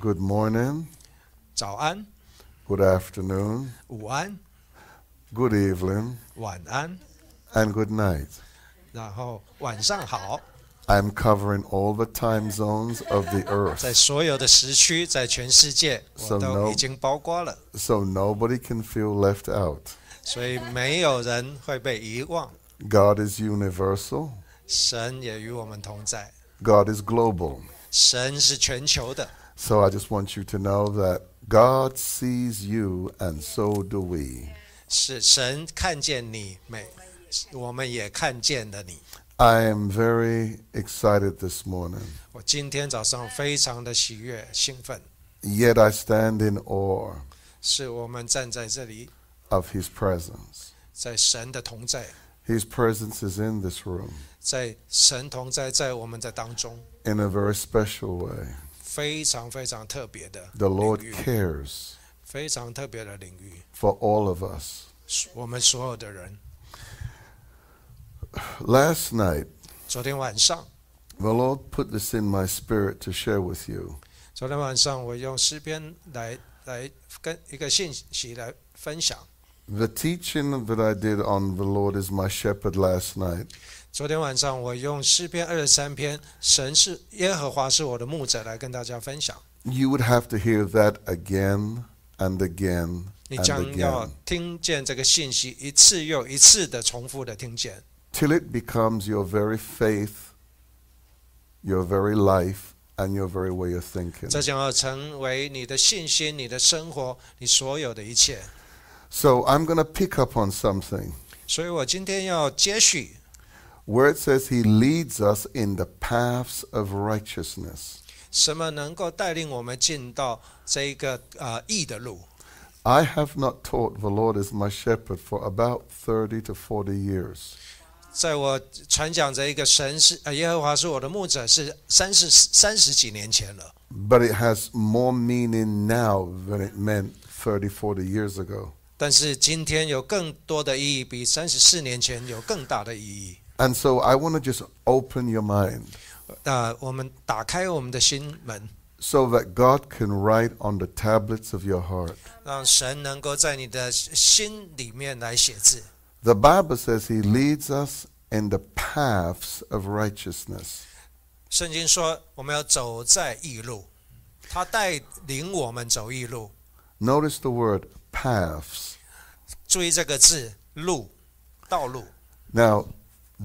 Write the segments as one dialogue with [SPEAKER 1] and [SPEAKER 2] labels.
[SPEAKER 1] Good morning,
[SPEAKER 2] 早安、
[SPEAKER 1] good afternoon,
[SPEAKER 2] 午安、
[SPEAKER 1] good evening,
[SPEAKER 2] 晚安，
[SPEAKER 1] and good night.
[SPEAKER 2] 然后晚上好，
[SPEAKER 1] I'm covering all the time zones of the
[SPEAKER 2] 在
[SPEAKER 1] earth
[SPEAKER 2] 所有的时区，在全世界我
[SPEAKER 1] So
[SPEAKER 2] 都
[SPEAKER 1] no-
[SPEAKER 2] 已经包括了，
[SPEAKER 1] so nobody can feel left out.
[SPEAKER 2] 所以没有人会被遗忘。
[SPEAKER 1] God is universal,
[SPEAKER 2] 神也与我们同在，
[SPEAKER 1] God is global.
[SPEAKER 2] 神是全球的，
[SPEAKER 1] So I just want you to know that God sees you, and so do we.
[SPEAKER 2] 是神看见你每，我们也看见了你。
[SPEAKER 1] I am very excited this morning,
[SPEAKER 2] 我今天早上非常的喜悦兴奋，
[SPEAKER 1] yet I stand in awe
[SPEAKER 2] 是我们站在这里，
[SPEAKER 1] of His presence.
[SPEAKER 2] 在神的同在，
[SPEAKER 1] His presence is in this room
[SPEAKER 2] 在神同在在我们的当中，
[SPEAKER 1] in a very special way.
[SPEAKER 2] 非常非常特别的
[SPEAKER 1] The
[SPEAKER 2] 领
[SPEAKER 1] Lord
[SPEAKER 2] 域。
[SPEAKER 1] cares
[SPEAKER 2] 非常特别的领域，
[SPEAKER 1] for all of us.
[SPEAKER 2] 我们所有的人。
[SPEAKER 1] Last night,
[SPEAKER 2] 昨天晚上，
[SPEAKER 1] the Lord put this in my spirit to share with you.
[SPEAKER 2] 昨天晚上我用诗篇来来跟一个信息来分享。
[SPEAKER 1] The teaching that I did on the Lord is my shepherd last night
[SPEAKER 2] 昨天晚上我用诗篇二十三篇，神是耶和华是我的牧者来跟大家分享。
[SPEAKER 1] you would have to hear that again and again
[SPEAKER 2] 你
[SPEAKER 1] and
[SPEAKER 2] 将要
[SPEAKER 1] again
[SPEAKER 2] 听见这个信息一次又一次的重复的听见，
[SPEAKER 1] till it becomes your very faith, your very life, and your very way of thinking.
[SPEAKER 2] 这将要成为你的信心、你的生活、你所有的一切。
[SPEAKER 1] So I'm going to pick up on something
[SPEAKER 2] 所以我今天要接续
[SPEAKER 1] where it says He leads us in the paths of righteousness.
[SPEAKER 2] 什么能够带领我们进到这一个呃义的路。
[SPEAKER 1] I have not taught the Lord is my shepherd for about 30 to 40 years.
[SPEAKER 2] 在我传讲着一个神是呃耶和华是我的牧者，是三十三十几年前了，
[SPEAKER 1] But it has more meaning now than it meant 30, 40 years ago.
[SPEAKER 2] 但是今天有更多的意义，比三十四年前有更大的意义。
[SPEAKER 1] And so I want to just open your mind
[SPEAKER 2] 那、我们打开我们的心门，
[SPEAKER 1] so that God can write on the tablets of your heart.
[SPEAKER 2] 让神能够在你的心里面来写字。
[SPEAKER 1] The Bible says he leads us in the paths of righteousness.
[SPEAKER 2] 圣经说，我们要走在义路，他带领我们走义路。
[SPEAKER 1] Notice the word paths.
[SPEAKER 2] 注意这个字“路”，道路。
[SPEAKER 1] Now,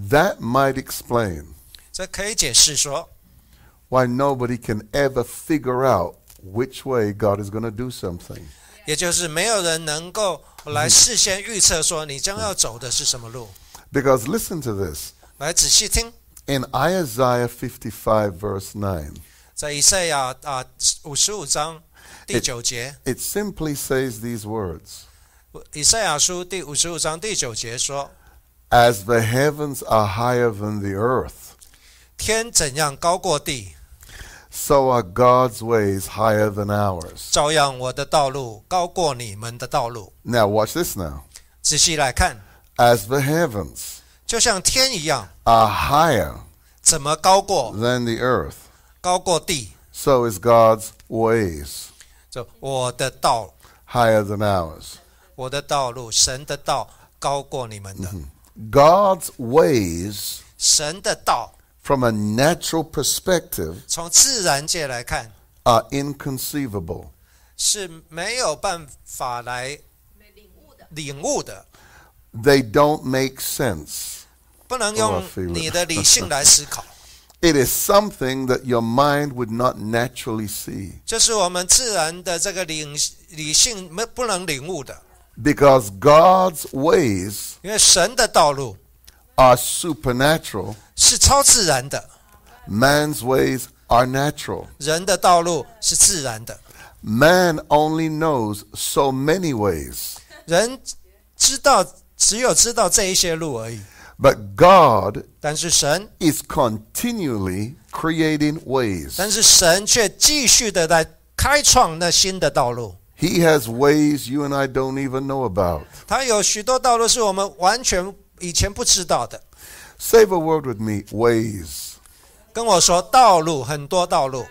[SPEAKER 1] that might explain
[SPEAKER 2] 这可以解释说，
[SPEAKER 1] why nobody can ever figure out which way God is going to do something.
[SPEAKER 2] 也就是没有人能够来事先预测说你将要走的是什么路。
[SPEAKER 1] Because listen to this.
[SPEAKER 2] 来仔细听，
[SPEAKER 1] In Isaiah 55, verse 9,
[SPEAKER 2] 在以赛亚啊五十五章第九节，
[SPEAKER 1] it simply says these words
[SPEAKER 2] 以赛亚书第五十五章第九节说：
[SPEAKER 1] As the heavens are higher than the earth,
[SPEAKER 2] 天怎样高过地，
[SPEAKER 1] so are God's ways higher than ours.
[SPEAKER 2] 照样我的道路高过你们的道路。
[SPEAKER 1] Now, watch this now.
[SPEAKER 2] 仔细来看，
[SPEAKER 1] As the heavens
[SPEAKER 2] 就像天一样，
[SPEAKER 1] are higher
[SPEAKER 2] 怎么高过
[SPEAKER 1] than the earth,
[SPEAKER 2] 高过地？
[SPEAKER 1] so is God's ways
[SPEAKER 2] 就我的道，
[SPEAKER 1] higher than ours.
[SPEAKER 2] 我的道路，神的道高过你们的，
[SPEAKER 1] God's ways,
[SPEAKER 2] 神的道
[SPEAKER 1] from a natural perspective,
[SPEAKER 2] 从自然界来看。
[SPEAKER 1] are inconceivable.
[SPEAKER 2] 是没有办法来领悟的，
[SPEAKER 1] They don't make sense.
[SPEAKER 2] 不能
[SPEAKER 1] 我
[SPEAKER 2] 用
[SPEAKER 1] 飞了
[SPEAKER 2] 你的理性来思考，
[SPEAKER 1] It is something that your mind would not naturally see
[SPEAKER 2] 就是我们自然的这个领理性没不能领悟的，
[SPEAKER 1] because God's ways
[SPEAKER 2] 因为神的道路
[SPEAKER 1] are supernatural,
[SPEAKER 2] 是超自然的，
[SPEAKER 1] man's ways are natural.
[SPEAKER 2] 人的道路是自然的，
[SPEAKER 1] Man only knows so many ways,
[SPEAKER 2] 人知道只有知道这一些路而已，
[SPEAKER 1] but God
[SPEAKER 2] 但是神，
[SPEAKER 1] is continually creating ways.
[SPEAKER 2] 但是神却继续的来开创那新的道路，
[SPEAKER 1] He has ways you and I don't even know about.
[SPEAKER 2] 他有许多道路是我们完全以前不知道的。
[SPEAKER 1] Say the word with me ways,
[SPEAKER 2] 跟我说道路很多道路，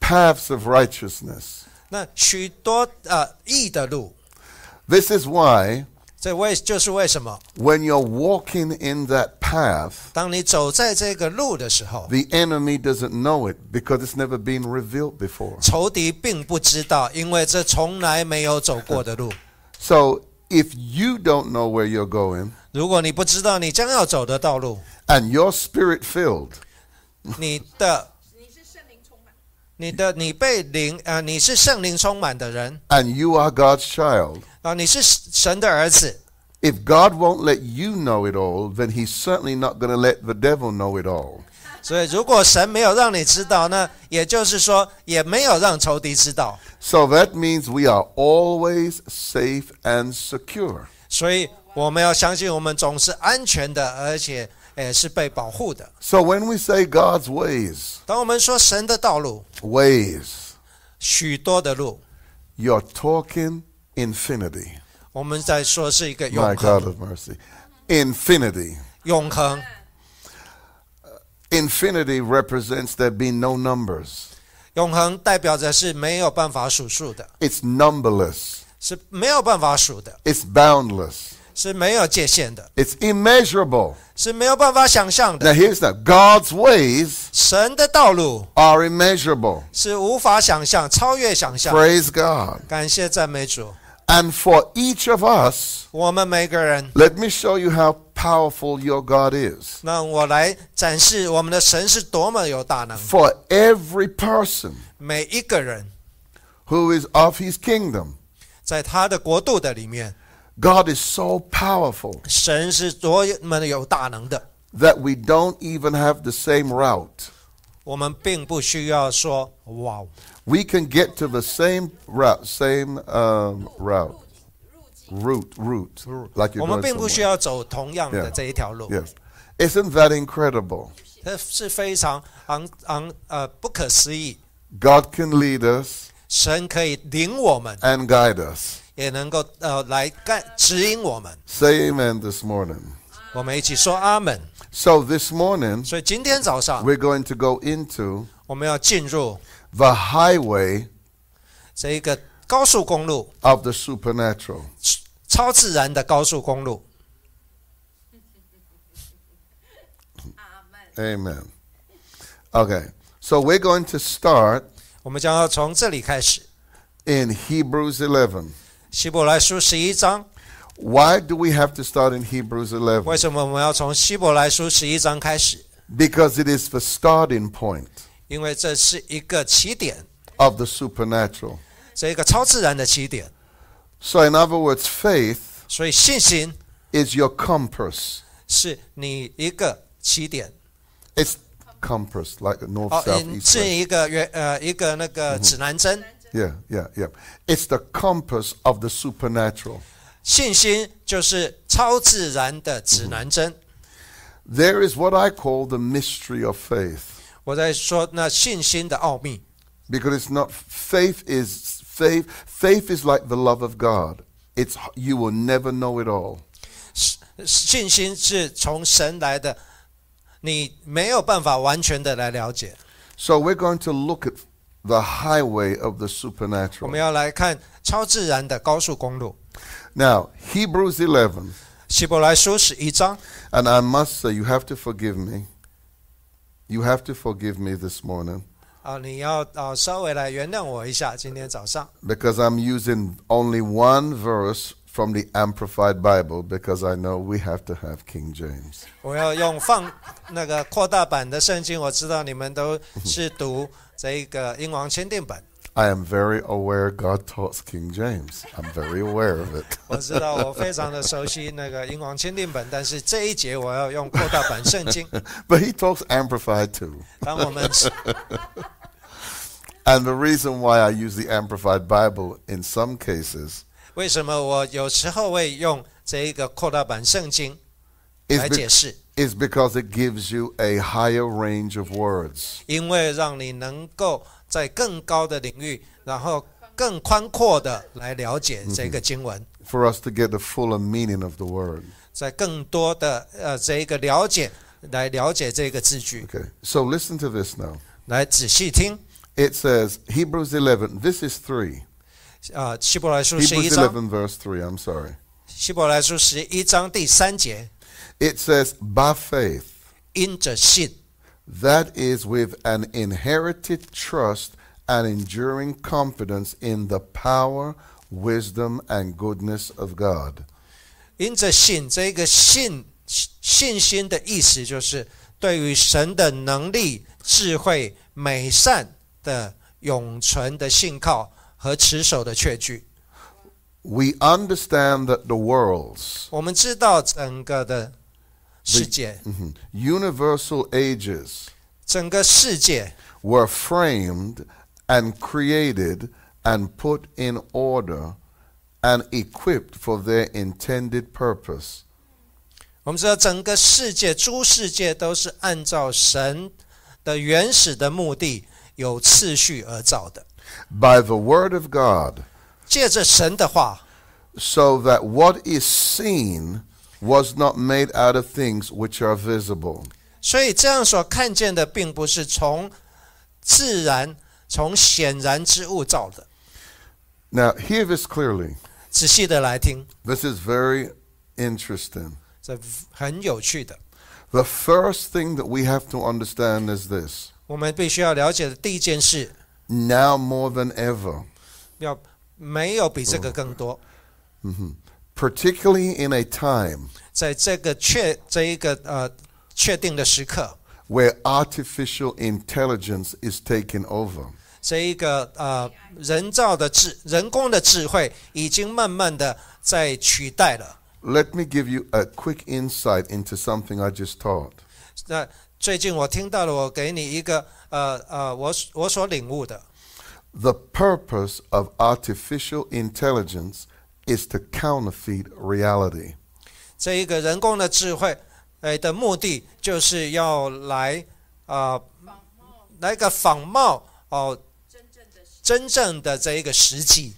[SPEAKER 1] paths of righteousness.
[SPEAKER 2] 那许多呃义的路，
[SPEAKER 1] This is why
[SPEAKER 2] 这为就是为什么，
[SPEAKER 1] when you're walking in that path,
[SPEAKER 2] 当你走在这个路的时候，
[SPEAKER 1] the enemy doesn't know it because it's never been revealed before.
[SPEAKER 2] 仇敌并不知道，因为这从来没有走过的路。
[SPEAKER 1] So if you don't know where you're going
[SPEAKER 2] 如果你不知道你将要走的道路，
[SPEAKER 1] and you're spirit filled,
[SPEAKER 2] 你的
[SPEAKER 3] 你是圣灵充满，
[SPEAKER 2] 你的你被灵啊、你是圣灵充满的人
[SPEAKER 1] and you are God's child,
[SPEAKER 2] 啊、你是神的儿子。
[SPEAKER 1] if God won't let you know it all, then He's certainly not going to let the devil know it all.
[SPEAKER 2] 所以，如果神没有让你知道，那也就是说，也没有让仇敌知道。
[SPEAKER 1] So that means we are always safe and secure.
[SPEAKER 2] 所以，我们要相信，我们总是安全的，而且也是被保护的。
[SPEAKER 1] So when we say God's ways,
[SPEAKER 2] 当我们说神的道路，
[SPEAKER 1] ways,
[SPEAKER 2] 许多的路，
[SPEAKER 1] you're talking infinity.
[SPEAKER 2] 我们在说是一个
[SPEAKER 1] My
[SPEAKER 2] 永
[SPEAKER 1] God
[SPEAKER 2] 恒，
[SPEAKER 1] of mercy. Infinity.
[SPEAKER 2] 永恒。
[SPEAKER 1] Infinity represents there being no numbers.
[SPEAKER 2] 永恒代表着是没有办法数数的，
[SPEAKER 1] It's numberless.
[SPEAKER 2] 是没有办法数的，
[SPEAKER 1] It's boundless.
[SPEAKER 2] 是没有界限的，
[SPEAKER 1] It's immeasurable.
[SPEAKER 2] 是没有办法想象的。
[SPEAKER 1] Now here's that. God's ways
[SPEAKER 2] 神的道路
[SPEAKER 1] are immeasurable.
[SPEAKER 2] 是无法想象、超越想象。
[SPEAKER 1] Praise God.
[SPEAKER 2] 感谢赞美主，
[SPEAKER 1] And for each of us,
[SPEAKER 2] 我们每个人，
[SPEAKER 1] let me show you how powerful your God is.
[SPEAKER 2] 让我来展示我们的神是多么有大能。
[SPEAKER 1] For every person
[SPEAKER 2] 每一个人
[SPEAKER 1] who is of his kingdom,
[SPEAKER 2] 在他的国度的里面，
[SPEAKER 1] God is so powerful
[SPEAKER 2] 神是多么有大能的。
[SPEAKER 1] that we don't even have the same route.
[SPEAKER 2] 我们并不需要说“哇哦
[SPEAKER 1] We can get to the same route, same um, route,
[SPEAKER 3] 入籍
[SPEAKER 1] route, route, like ”，you're
[SPEAKER 2] 我们
[SPEAKER 1] going
[SPEAKER 2] 并不需
[SPEAKER 1] somewhere.
[SPEAKER 2] 要走同样的
[SPEAKER 1] Yeah.
[SPEAKER 2] 这一条路。
[SPEAKER 1] Yes. Isn't that incredible?
[SPEAKER 2] 这是非常昂昂呃不可思议。
[SPEAKER 1] God can lead us
[SPEAKER 2] 神可以领我们，
[SPEAKER 1] and guide us.
[SPEAKER 2] 也能够呃来干指引我们。
[SPEAKER 1] Say amen this morning.
[SPEAKER 2] 我们一起说阿门。
[SPEAKER 1] So this morning,
[SPEAKER 2] 所以今天早上
[SPEAKER 1] we're going to go into
[SPEAKER 2] 我们要进入
[SPEAKER 1] the highway
[SPEAKER 2] 这一个高速公路，
[SPEAKER 1] of the supernatural.
[SPEAKER 2] 超自然的高速公路。
[SPEAKER 3] 阿门。
[SPEAKER 1] Amen. Okay. So we're going to start
[SPEAKER 2] 我们将要从这里开始。
[SPEAKER 1] in Hebrews 11.
[SPEAKER 2] 希伯来书十一章，
[SPEAKER 1] Why do we have to start in Hebrews 11?
[SPEAKER 2] 为什么我们要从希伯来书十一章开始？
[SPEAKER 1] Because it is the starting point
[SPEAKER 2] 因为这是一个起点，
[SPEAKER 1] of the supernatural.
[SPEAKER 2] 这一个超自然的起点。
[SPEAKER 1] So, in other words, faith
[SPEAKER 2] 所以信心
[SPEAKER 1] is your compass.
[SPEAKER 2] 是你一个起点，
[SPEAKER 1] It's compass, like a north,
[SPEAKER 2] 哦，
[SPEAKER 1] south,
[SPEAKER 2] 嗯
[SPEAKER 1] east.
[SPEAKER 2] 是
[SPEAKER 1] west.
[SPEAKER 2] 一个原呃一个那个指南针。
[SPEAKER 1] Yeah, yeah, yeah. It's the compass of the supernatural.
[SPEAKER 2] 信心就是超自然的指南针。
[SPEAKER 1] There is what I call the mystery of faith.
[SPEAKER 2] 我在说那信心的奥秘，
[SPEAKER 1] Because it's not faith is faith faith is like the love of God. It's you will never know it all.
[SPEAKER 2] 信心是从神来的，你没有办法完全的来了解。
[SPEAKER 1] So we're going to look at the highway of the
[SPEAKER 2] 我
[SPEAKER 1] supernatural.
[SPEAKER 2] 们要来看超自然的高速公路。
[SPEAKER 1] Now, Hebrews 11,
[SPEAKER 2] 希伯来书十一章，
[SPEAKER 1] and I must say, you have to forgive me. You have to forgive me this morning
[SPEAKER 2] 啊，你要啊稍微来原谅我一下，今天早上
[SPEAKER 1] because I'm using only one verse from the Amplified Bible because I know we have to have King James.
[SPEAKER 2] 我要用放那个扩大版的圣经，我知道你们都是读这个英王钦定本，
[SPEAKER 1] I am very aware God taught King James. I'm very aware of it.
[SPEAKER 2] 我知道我非常的熟悉那个英王钦定本，但是这一节我要用扩大版圣经。
[SPEAKER 1] But he talks Amplified too.
[SPEAKER 2] 当我们
[SPEAKER 1] And the reason why I use the Amplified Bible in some cases
[SPEAKER 2] 为什么我有时候会用这一个扩大版圣经
[SPEAKER 1] is
[SPEAKER 2] 来
[SPEAKER 1] be-
[SPEAKER 2] 解释，
[SPEAKER 1] is because it gives you a higher range of words.
[SPEAKER 2] 因为让你能够在更高的领域，然后更宽阔的来了解这个经文，
[SPEAKER 1] for us to get the fuller meaning of the word.
[SPEAKER 2] 在更多的呃这一个了解来了解这个字句，
[SPEAKER 1] Okay, so listen to this now.
[SPEAKER 2] 来仔细听。
[SPEAKER 1] It says, Hebrews 11, this is 3.
[SPEAKER 2] 啊、希伯来书十一
[SPEAKER 1] Hebrews
[SPEAKER 2] 章，
[SPEAKER 1] 11, verse 3, I'm sorry.
[SPEAKER 2] 希伯来书十一章第三节，
[SPEAKER 1] It says, by faith,
[SPEAKER 2] 因着信，
[SPEAKER 1] that is with an inherited trust and enduring confidence in the power, wisdom, and goodness of God.
[SPEAKER 2] 因着信，这个信信心的意思就是对于神的能力、智慧、美善的永存的信靠和持守的确据。
[SPEAKER 1] We understand that the world's
[SPEAKER 2] 我们知道整个的世界，
[SPEAKER 1] mhm, universal ages
[SPEAKER 2] 整个世界
[SPEAKER 1] were framed and created and put in order and equipped for their intended purpose.
[SPEAKER 2] 我们知道整个世界，诸世界都是按照神的原始的目的有次序而造的，
[SPEAKER 1] by the word of God,
[SPEAKER 2] 借着神的话，
[SPEAKER 1] so that what is seen was not made out of things which are visible.
[SPEAKER 2] 所以这样所看见的，并不是从自然、从显然之物造的。
[SPEAKER 1] Now, hear this clearly.
[SPEAKER 2] 仔细的来听，
[SPEAKER 1] This is very interesting.
[SPEAKER 2] 这很有趣的。
[SPEAKER 1] The first thing that we have to understand is this
[SPEAKER 2] 我们必须要了解的第一件事，
[SPEAKER 1] now more than ever,
[SPEAKER 2] 要没有比这个更多。
[SPEAKER 1] mm-hmm, particularly in a time
[SPEAKER 2] 在这个确这一个呃确定的时刻，
[SPEAKER 1] where artificial intelligence is taking over.
[SPEAKER 2] 这一个呃人造的智人工的智慧已经慢慢的在取代了。
[SPEAKER 1] Let me give you a quick insight into something I just taught.
[SPEAKER 2] 那最近我听到了，我给你一个呃呃，我我所领悟的，
[SPEAKER 1] The purpose of artificial intelligence is to counterfeit reality.
[SPEAKER 2] 这一个人工的智慧，呃的目的就是要来呃
[SPEAKER 3] 仿冒
[SPEAKER 2] 来个仿冒哦、
[SPEAKER 3] 真正的是
[SPEAKER 2] 真正的这一个实际，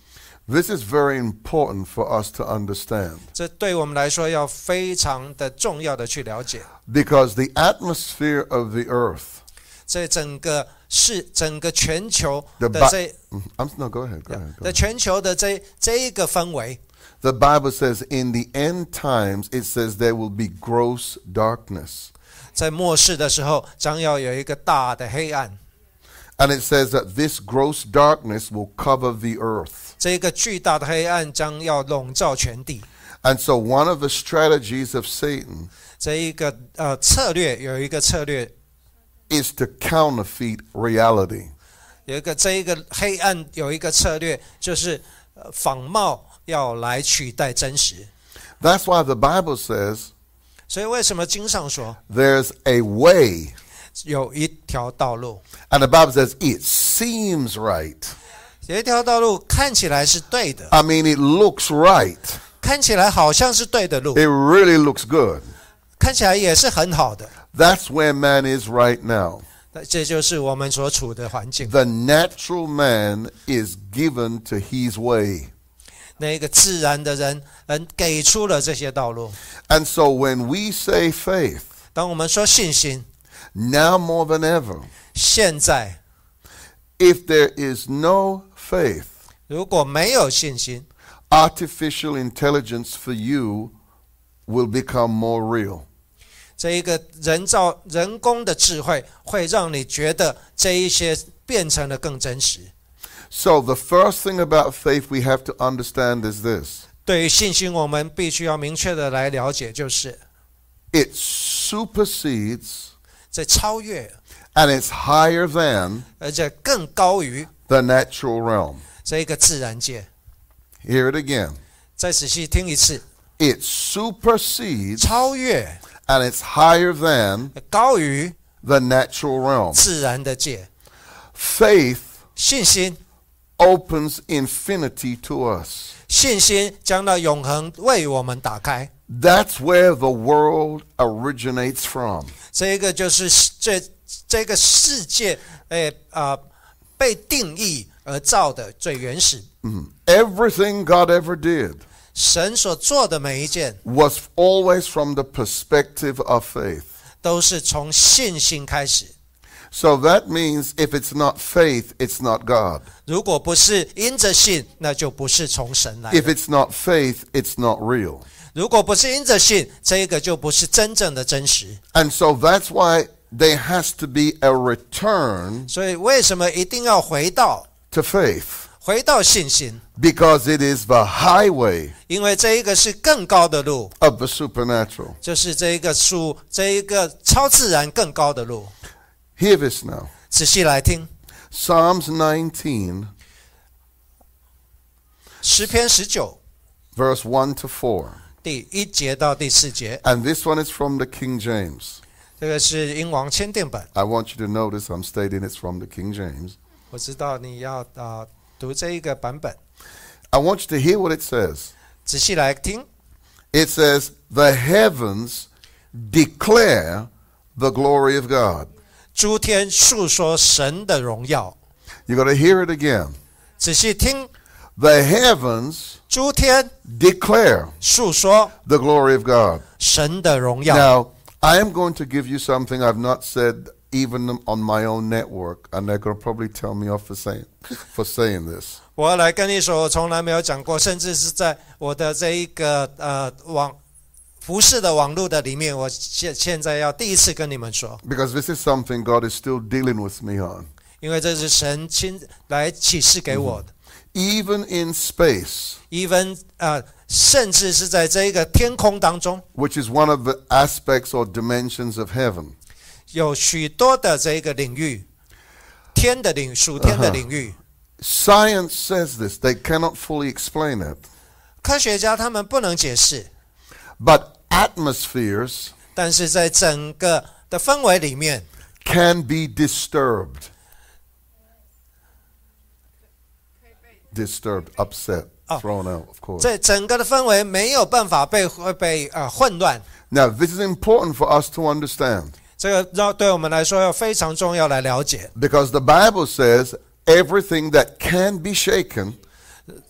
[SPEAKER 1] This is very important for us to understand
[SPEAKER 2] 这对我们来说要非常的重要的去了解。
[SPEAKER 1] because the atmosphere of the earth,
[SPEAKER 2] 这整个是整个全球
[SPEAKER 1] The
[SPEAKER 2] 的
[SPEAKER 1] Bi-
[SPEAKER 2] 这
[SPEAKER 1] Mhm. I'm no go ahead, go ahead. Go
[SPEAKER 2] 的
[SPEAKER 1] ahead.
[SPEAKER 2] 全球的这这一个氛围，
[SPEAKER 1] The Bible says in the end times it says there will be gross darkness.
[SPEAKER 2] 在末世的时候将要有一个大的黑暗，
[SPEAKER 1] And it says that this gross darkness will cover the earth.
[SPEAKER 2] 这个巨大的黑暗将要笼罩全地。
[SPEAKER 1] And so one of the strategies of Satan
[SPEAKER 2] 这一个呃策略有一个策略，
[SPEAKER 1] is to counterfeit reality.
[SPEAKER 2] 有一个这一个黑暗有一个策略，就是呃仿冒要来取代真实。
[SPEAKER 1] That's why the Bible says
[SPEAKER 2] 所以为什么经上说
[SPEAKER 1] there's a way.
[SPEAKER 2] 有一条道路，
[SPEAKER 1] And the Bible says it seems right.
[SPEAKER 2] 有一条道路看起来是对的，
[SPEAKER 1] I mean, it looks right.
[SPEAKER 2] 看起来好像是对的路，
[SPEAKER 1] It really looks good.
[SPEAKER 2] 看起来也是很好的。
[SPEAKER 1] That's where man is right now.
[SPEAKER 2] 那这就是我们所处的环境。
[SPEAKER 1] The natural man is given to his way.
[SPEAKER 2] 那个自然的人，人给出了这些道路。
[SPEAKER 1] And so when we say faith,
[SPEAKER 2] 当我们说信心，
[SPEAKER 1] now more than ever,
[SPEAKER 2] 现在
[SPEAKER 1] if there is no faith,
[SPEAKER 2] 如果没有信心，
[SPEAKER 1] artificial intelligence for you will become more real.
[SPEAKER 2] 这一个人造人工的智慧会让你觉得这一些变成了更真实。
[SPEAKER 1] So, the first thing about faith we have to understand is this
[SPEAKER 2] 对于信心，我们必须要明确的来了解，就是
[SPEAKER 1] it supersedes
[SPEAKER 2] 这超越，
[SPEAKER 1] and it's higher than
[SPEAKER 2] 而且更高于
[SPEAKER 1] the natural realm.
[SPEAKER 2] 这一个自然界。
[SPEAKER 1] Hear it again.
[SPEAKER 2] 再仔细听一次，
[SPEAKER 1] It supersedes
[SPEAKER 2] 超越
[SPEAKER 1] and it's higher than
[SPEAKER 2] 高于
[SPEAKER 1] the natural realm.
[SPEAKER 2] 自然的界，
[SPEAKER 1] Faith
[SPEAKER 2] 信心
[SPEAKER 1] opens infinity to us.
[SPEAKER 2] 信心将到永恒为我们打开。
[SPEAKER 1] That's where the world originates from.
[SPEAKER 2] 这个就是这这个世界，哎啊、呃被定义而造的最原始。
[SPEAKER 1] Mhm. Everything God ever did
[SPEAKER 2] 神所做的每一件，
[SPEAKER 1] was always from the perspective of faith.
[SPEAKER 2] 都是从信心开始。
[SPEAKER 1] So that means if it's not faith, it's not God.
[SPEAKER 2] 如果不是因着信，那就不是从神来的
[SPEAKER 1] If it's not faith, it's not real.
[SPEAKER 2] 如果不是因着信，这个就不是真正的真实。
[SPEAKER 1] And so that's why there has to be a return
[SPEAKER 2] 所以为什么一定要回到
[SPEAKER 1] to faith
[SPEAKER 2] 回到信心？
[SPEAKER 1] because it is the highway
[SPEAKER 2] 因为这一个是更高的路，
[SPEAKER 1] of the supernatural.
[SPEAKER 2] 就是这一个树，这一个超自然更高的路。
[SPEAKER 1] Hear this now.
[SPEAKER 2] 仔细来听
[SPEAKER 1] Psalms 19,
[SPEAKER 2] 十篇十九
[SPEAKER 1] verse 1 to 4.
[SPEAKER 2] 第一节到第四节，
[SPEAKER 1] And this one is from the King James.
[SPEAKER 2] 这个是英王签订本。
[SPEAKER 1] I want you to notice I'm stating it's from the King James.
[SPEAKER 2] 我知道你要啊、呃读这一个版本，
[SPEAKER 1] I want you to hear what it says.
[SPEAKER 2] 仔细来听。
[SPEAKER 1] It says, The heavens declare the glory of God.
[SPEAKER 2] 诸天述说神的荣耀，
[SPEAKER 1] You're going to hear it again.
[SPEAKER 2] 仔细听。
[SPEAKER 1] The heavens
[SPEAKER 2] 诸天
[SPEAKER 1] declare
[SPEAKER 2] 述说
[SPEAKER 1] the glory of God.
[SPEAKER 2] 神的荣耀。
[SPEAKER 1] Now, I am going to give you something I've not said even on my own network, and they're going to probably tell me off for saying, for saying this.
[SPEAKER 2] 我要来跟你说，我从来没有讲过，甚至是在我的这一个呃网服饰的网络的里面，我现现在要第一次跟你们说，
[SPEAKER 1] Because this is something God is still dealing with me on.
[SPEAKER 2] 因为这是神亲来启示给我的。
[SPEAKER 1] Even in space,
[SPEAKER 2] even 呃，甚至是在这一个天空当中，
[SPEAKER 1] which is one of the aspects or dimensions of heaven,
[SPEAKER 2] 有许多的这一个领域，天的领属天的领域。
[SPEAKER 1] science says this. They cannot fully explain it.
[SPEAKER 2] 科学家他们不能解释，
[SPEAKER 1] But atmospheres
[SPEAKER 2] 但是在整个的氛围里面，
[SPEAKER 1] can be disturbed. Disturbed, upset,
[SPEAKER 2] Oh.
[SPEAKER 1] thrown out, of course.
[SPEAKER 2] 在整个的氛围没有办法被会被呃混乱。
[SPEAKER 1] Now, this is important for us to understand
[SPEAKER 2] 这个让对我们来说要非常重要来了解。
[SPEAKER 1] because the Bible says everything that can be shaken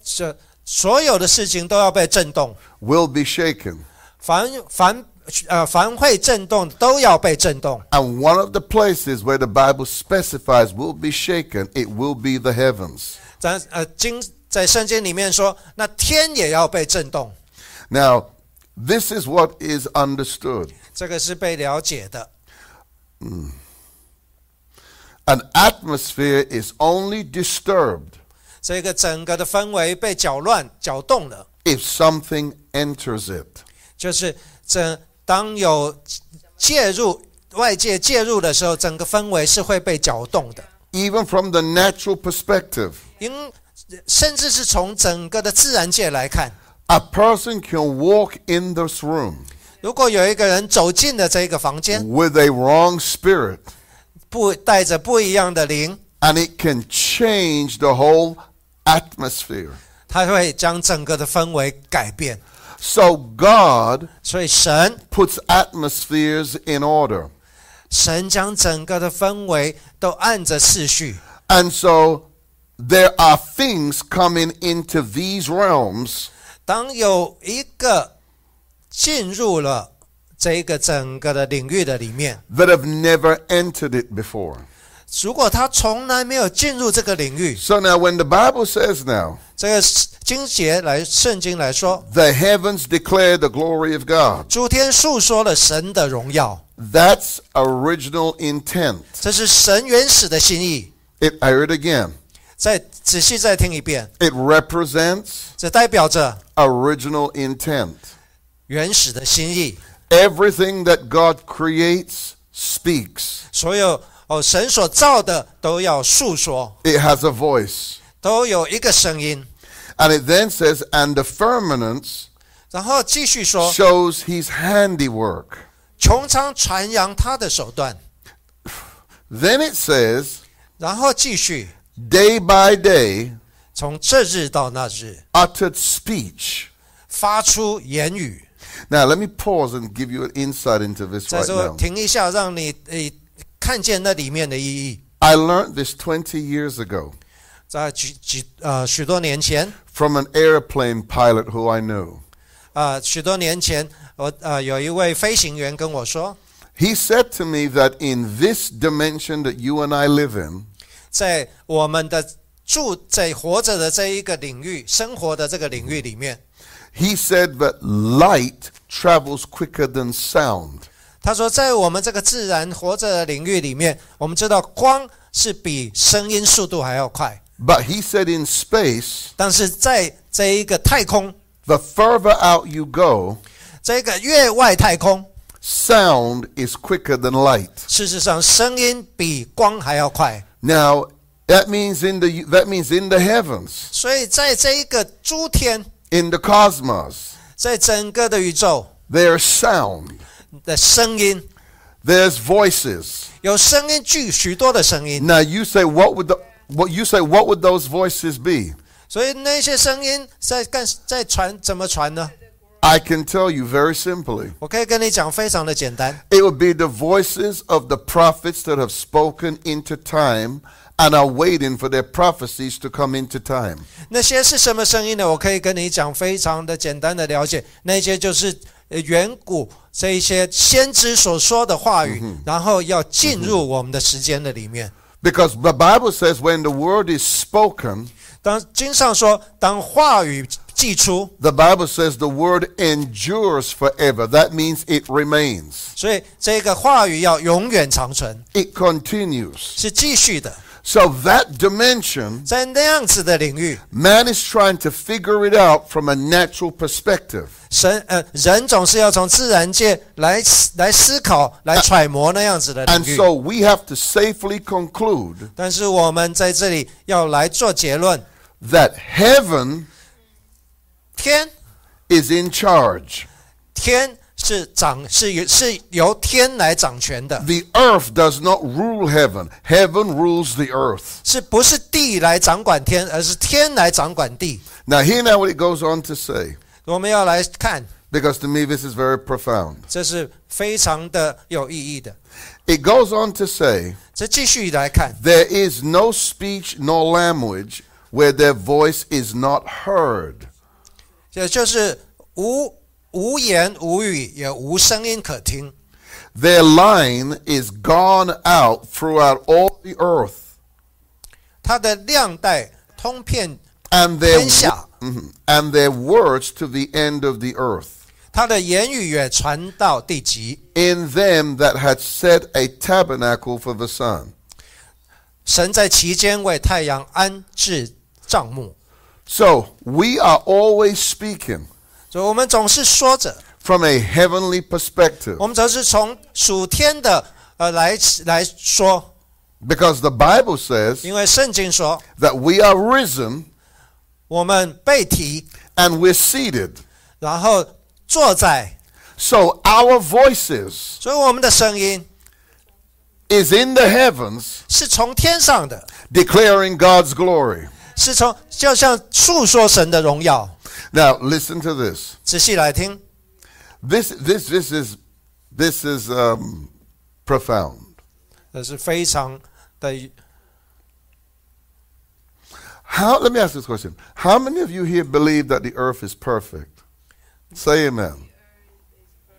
[SPEAKER 2] 这所有的事情都要被震动，
[SPEAKER 1] will be shaken.
[SPEAKER 2] 凡凡呃凡会震动都要被震动。
[SPEAKER 1] And one of the places where the Bible specifies will be shaken, it will be the heavens.
[SPEAKER 2] 咱呃经在圣经里面说，那天也要被震动，
[SPEAKER 1] Now, this is what is understood.
[SPEAKER 2] 这个是被了解的。
[SPEAKER 1] An atmosphere is only disturbed
[SPEAKER 2] 这个整个的氛围被搅乱、搅动了，
[SPEAKER 1] if something enters it.
[SPEAKER 2] 就是这当有介入外界介入的时候，整个氛围是会被搅动的。
[SPEAKER 1] Even from the natural perspective,
[SPEAKER 2] 因甚至是从整个的自然界来看，
[SPEAKER 1] a person can walk in this room
[SPEAKER 2] 如果有一个人走进了这个房间，
[SPEAKER 1] with a wrong spirit
[SPEAKER 2] 不带着不一样的灵，
[SPEAKER 1] and it can change the whole atmosphere.
[SPEAKER 2] 他会将整个的氛围改变。
[SPEAKER 1] So God
[SPEAKER 2] 所以神
[SPEAKER 1] puts atmospheres in order.
[SPEAKER 2] 神将整个的氛围都按着次序，
[SPEAKER 1] And so there are things coming into these realms
[SPEAKER 2] 当有一个进入了这一个整个的领域的里面，
[SPEAKER 1] that have never entered it before.
[SPEAKER 2] 如果他从来没有进入这个领域，
[SPEAKER 1] So now when the Bible says now,
[SPEAKER 2] 这个经节来圣经来说，
[SPEAKER 1] the heavens declare the glory of God.
[SPEAKER 2] 诸天述说了神的荣耀。
[SPEAKER 1] That's original intent.
[SPEAKER 2] 这是神原始的心意。
[SPEAKER 1] It I heard again.
[SPEAKER 2] 再仔细再听一遍，
[SPEAKER 1] It represents
[SPEAKER 2] 这代表着
[SPEAKER 1] original intent.
[SPEAKER 2] 原始的心意。
[SPEAKER 1] Everything that God creates speaks.
[SPEAKER 2] 所有哦，神所造的都要诉说，
[SPEAKER 1] It has a voice.
[SPEAKER 2] 都有一个声音。
[SPEAKER 1] And it then says, and the firmaments
[SPEAKER 2] 然后继续说，
[SPEAKER 1] shows his handiwork.
[SPEAKER 2] 穹苍传扬他的手段。
[SPEAKER 1] Then it says,
[SPEAKER 2] 然后继续，
[SPEAKER 1] day by day,
[SPEAKER 2] 从这日到那日，
[SPEAKER 1] uttered speech.
[SPEAKER 2] 发出言语。
[SPEAKER 1] Now, let me pause and give you an insight into this
[SPEAKER 2] 在
[SPEAKER 1] right
[SPEAKER 2] 这
[SPEAKER 1] now.
[SPEAKER 2] 停一下，让你诶看见那里面的意义。
[SPEAKER 1] I learned this 20 years ago
[SPEAKER 2] 在几几呃许多年前，
[SPEAKER 1] from an airplane pilot who I knew.
[SPEAKER 2] 呃啊，许多年前，我呃有一位飞行员跟我说，
[SPEAKER 1] He said to me that in this dimension that you and I live in,
[SPEAKER 2] 在我们的住在活着的这一个领域，生活的这个领域里面，
[SPEAKER 1] he said that light travels quicker than sound.
[SPEAKER 2] 他说，在我们这个自然活着的领域里面，我们知道光是比声音速度还要快，
[SPEAKER 1] But he said in space,
[SPEAKER 2] 但是在这一个太空，
[SPEAKER 1] the further out you go,
[SPEAKER 2] 这个越外太空，
[SPEAKER 1] sound is quicker than light.
[SPEAKER 2] 事实上声音比光还要快。
[SPEAKER 1] Now, that means in the that means in the heavens,
[SPEAKER 2] 所以在这一个诸天，
[SPEAKER 1] in the cosmos,
[SPEAKER 2] 在整个的宇宙
[SPEAKER 1] there's sound.
[SPEAKER 2] 的声音，
[SPEAKER 1] There's voices.
[SPEAKER 2] 有声音具许多的声音，
[SPEAKER 1] Now you say what would the what you say what would those voices be?
[SPEAKER 2] 所以那些声音在干在传怎么传呢？
[SPEAKER 1] I can tell you very simply.
[SPEAKER 2] 我可以跟你讲，非常的简单，
[SPEAKER 1] It would be the voices of the prophets that have spoken into time and are waiting for their prophecies to come into time.
[SPEAKER 2] 那些是什么声音呢？我可以跟你讲，非常的简单的了解，那些就是呃远古这一些先知所说的话语，然后要进入我们的时间的里面。
[SPEAKER 1] Because the Bible says when the word is spoken,
[SPEAKER 2] 当经上说，当话语寄出，
[SPEAKER 1] the Bible says the word endures forever. That means it remains.
[SPEAKER 2] 所以这个话语要永远长存，
[SPEAKER 1] It continues.
[SPEAKER 2] 是继续的。
[SPEAKER 1] So that dimension,
[SPEAKER 2] 在那样子的领域，
[SPEAKER 1] man is trying to figure it out from a natural perspective.
[SPEAKER 2] 神呃人总是要从自然界来思来思考、来揣摩那样子的
[SPEAKER 1] 啊 And
[SPEAKER 2] 领域。
[SPEAKER 1] so we have to safely conclude
[SPEAKER 2] 但是我们在这里要来做结论：
[SPEAKER 1] that heaven
[SPEAKER 2] 天，
[SPEAKER 1] is in charge.
[SPEAKER 2] 天是掌是由是由天来掌权的，
[SPEAKER 1] The earth does not rule heaven. Heaven rules the earth.
[SPEAKER 2] 是不是地来掌管天，而是天来掌管地？
[SPEAKER 1] Now, hear now what it goes on to say,
[SPEAKER 2] 我们要来看，
[SPEAKER 1] because to me this is very profound.
[SPEAKER 2] 这是非常的有意义的。
[SPEAKER 1] It goes on to say,
[SPEAKER 2] 这继续来看，
[SPEAKER 1] There is no speech nor language where their voice is not heard.
[SPEAKER 2] 也就是无无言无语，也无声音可听。
[SPEAKER 1] Their line is gone out throughout all the earth,
[SPEAKER 2] 它的亮带通遍
[SPEAKER 1] and their,
[SPEAKER 2] Then shall.
[SPEAKER 1] Mhm. and their words to the end of the earth.
[SPEAKER 2] 他的言语也传到地极。
[SPEAKER 1] In them that had set a tabernacle for the sun.
[SPEAKER 2] 神在其间为太阳安置帐幕，
[SPEAKER 1] So we are always speaking
[SPEAKER 2] 所以我们总是说着，
[SPEAKER 1] from a heavenly perspective
[SPEAKER 2] 我们则是从属天的呃来来说，
[SPEAKER 1] because the Bible says
[SPEAKER 2] 因为圣经说
[SPEAKER 1] that we are risen
[SPEAKER 2] 我们被提，
[SPEAKER 1] and we're seated.
[SPEAKER 2] 然后坐在，
[SPEAKER 1] So our voices
[SPEAKER 2] 所以我们的声音
[SPEAKER 1] is in the heavens
[SPEAKER 2] 是从天上的，
[SPEAKER 1] declaring God's glory.
[SPEAKER 2] 是从就像诉说神的荣耀。
[SPEAKER 1] Now listen to this.
[SPEAKER 2] 仔细来听，
[SPEAKER 1] This this this is this is um, profound.
[SPEAKER 2] 这是非常的
[SPEAKER 1] How let me ask this question. How many of you here believe that the earth is perfect? Say amen.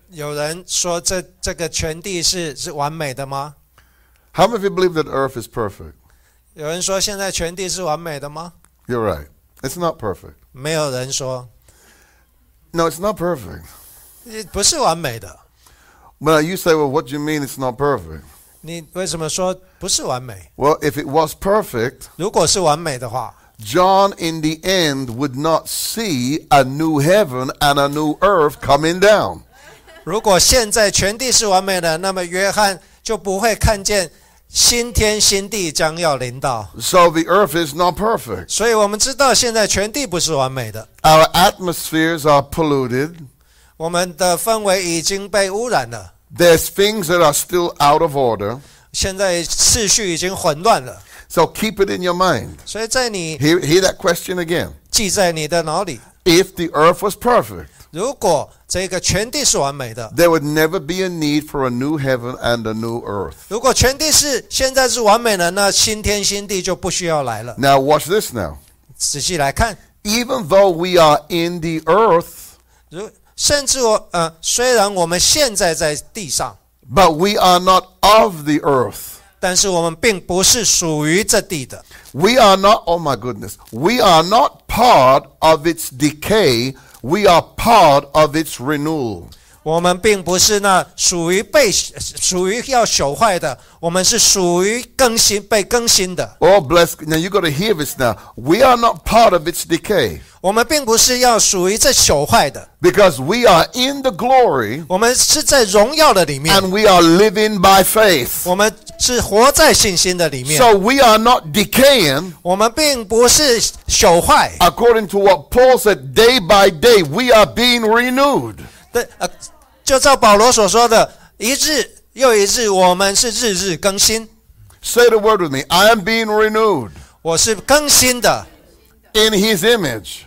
[SPEAKER 2] 有人说这这个全地是是完美的吗？
[SPEAKER 1] How many of you believe that the earth is perfect?
[SPEAKER 2] 有人说现在全地是完美的吗？
[SPEAKER 1] You're right. It's not perfect.
[SPEAKER 2] 没有人说，
[SPEAKER 1] No, it's not perfect.
[SPEAKER 2] 呃不是完美的。
[SPEAKER 1] Well, you say, well, what do you mean it's not perfect?
[SPEAKER 2] 你为什么说不是完美？
[SPEAKER 1] Well, if it was perfect,
[SPEAKER 2] 如果是完美的话，
[SPEAKER 1] John in the end would not see a new heaven and a new earth coming down.
[SPEAKER 2] 如果现在全地是完美的，那么约翰就不会看见新天新地将要临到。
[SPEAKER 1] So the earth is not perfect.
[SPEAKER 2] 所以我们知道现在全地不是完美的，
[SPEAKER 1] Our atmospheres are polluted.
[SPEAKER 2] 我们的氛围已经被污染了，
[SPEAKER 1] There's things that are still out of order.
[SPEAKER 2] 现在秩序已经混乱了。
[SPEAKER 1] So keep it in your mind.
[SPEAKER 2] 所以在你
[SPEAKER 1] Hear, hear that question again.
[SPEAKER 2] 记在你的脑里，
[SPEAKER 1] If the earth was perfect,
[SPEAKER 2] 如果这个全地是完美的，
[SPEAKER 1] there would never be a need for a new heaven and a new earth.
[SPEAKER 2] 如果全地是现在是完美的，那新天新地就不需要来了。
[SPEAKER 1] Now, watch this now.
[SPEAKER 2] 仔细来看，
[SPEAKER 1] Even though we are in the earth,
[SPEAKER 2] 如甚至我呃，虽然我们现在在地上，
[SPEAKER 1] But we are not of the earth.
[SPEAKER 2] 但是我们并不是属于这地的，
[SPEAKER 1] We are not, oh my goodness, we are not part of its decay. We are part of its renewal.
[SPEAKER 2] 我们并不是那属于被属于要朽坏的，我们是属于更新被更新的。
[SPEAKER 1] Oh, bless. Now you got to hear this now. We are not part of its decay
[SPEAKER 2] 我们并不是要属于这朽坏的，
[SPEAKER 1] because we are in the glory
[SPEAKER 2] 我们是在荣耀的里面，
[SPEAKER 1] and we are living by faith.
[SPEAKER 2] 我们是活在信心的里面，
[SPEAKER 1] So we are not decaying
[SPEAKER 2] 我们并不是朽坏。
[SPEAKER 1] according to what Paul said. Day by day, we are being renewed.
[SPEAKER 2] 对，呃，就照保罗所说的，一日又一日，我们是日日更新，
[SPEAKER 1] Say the word with me. I am being renewed
[SPEAKER 2] 我是更新的，
[SPEAKER 1] in his image,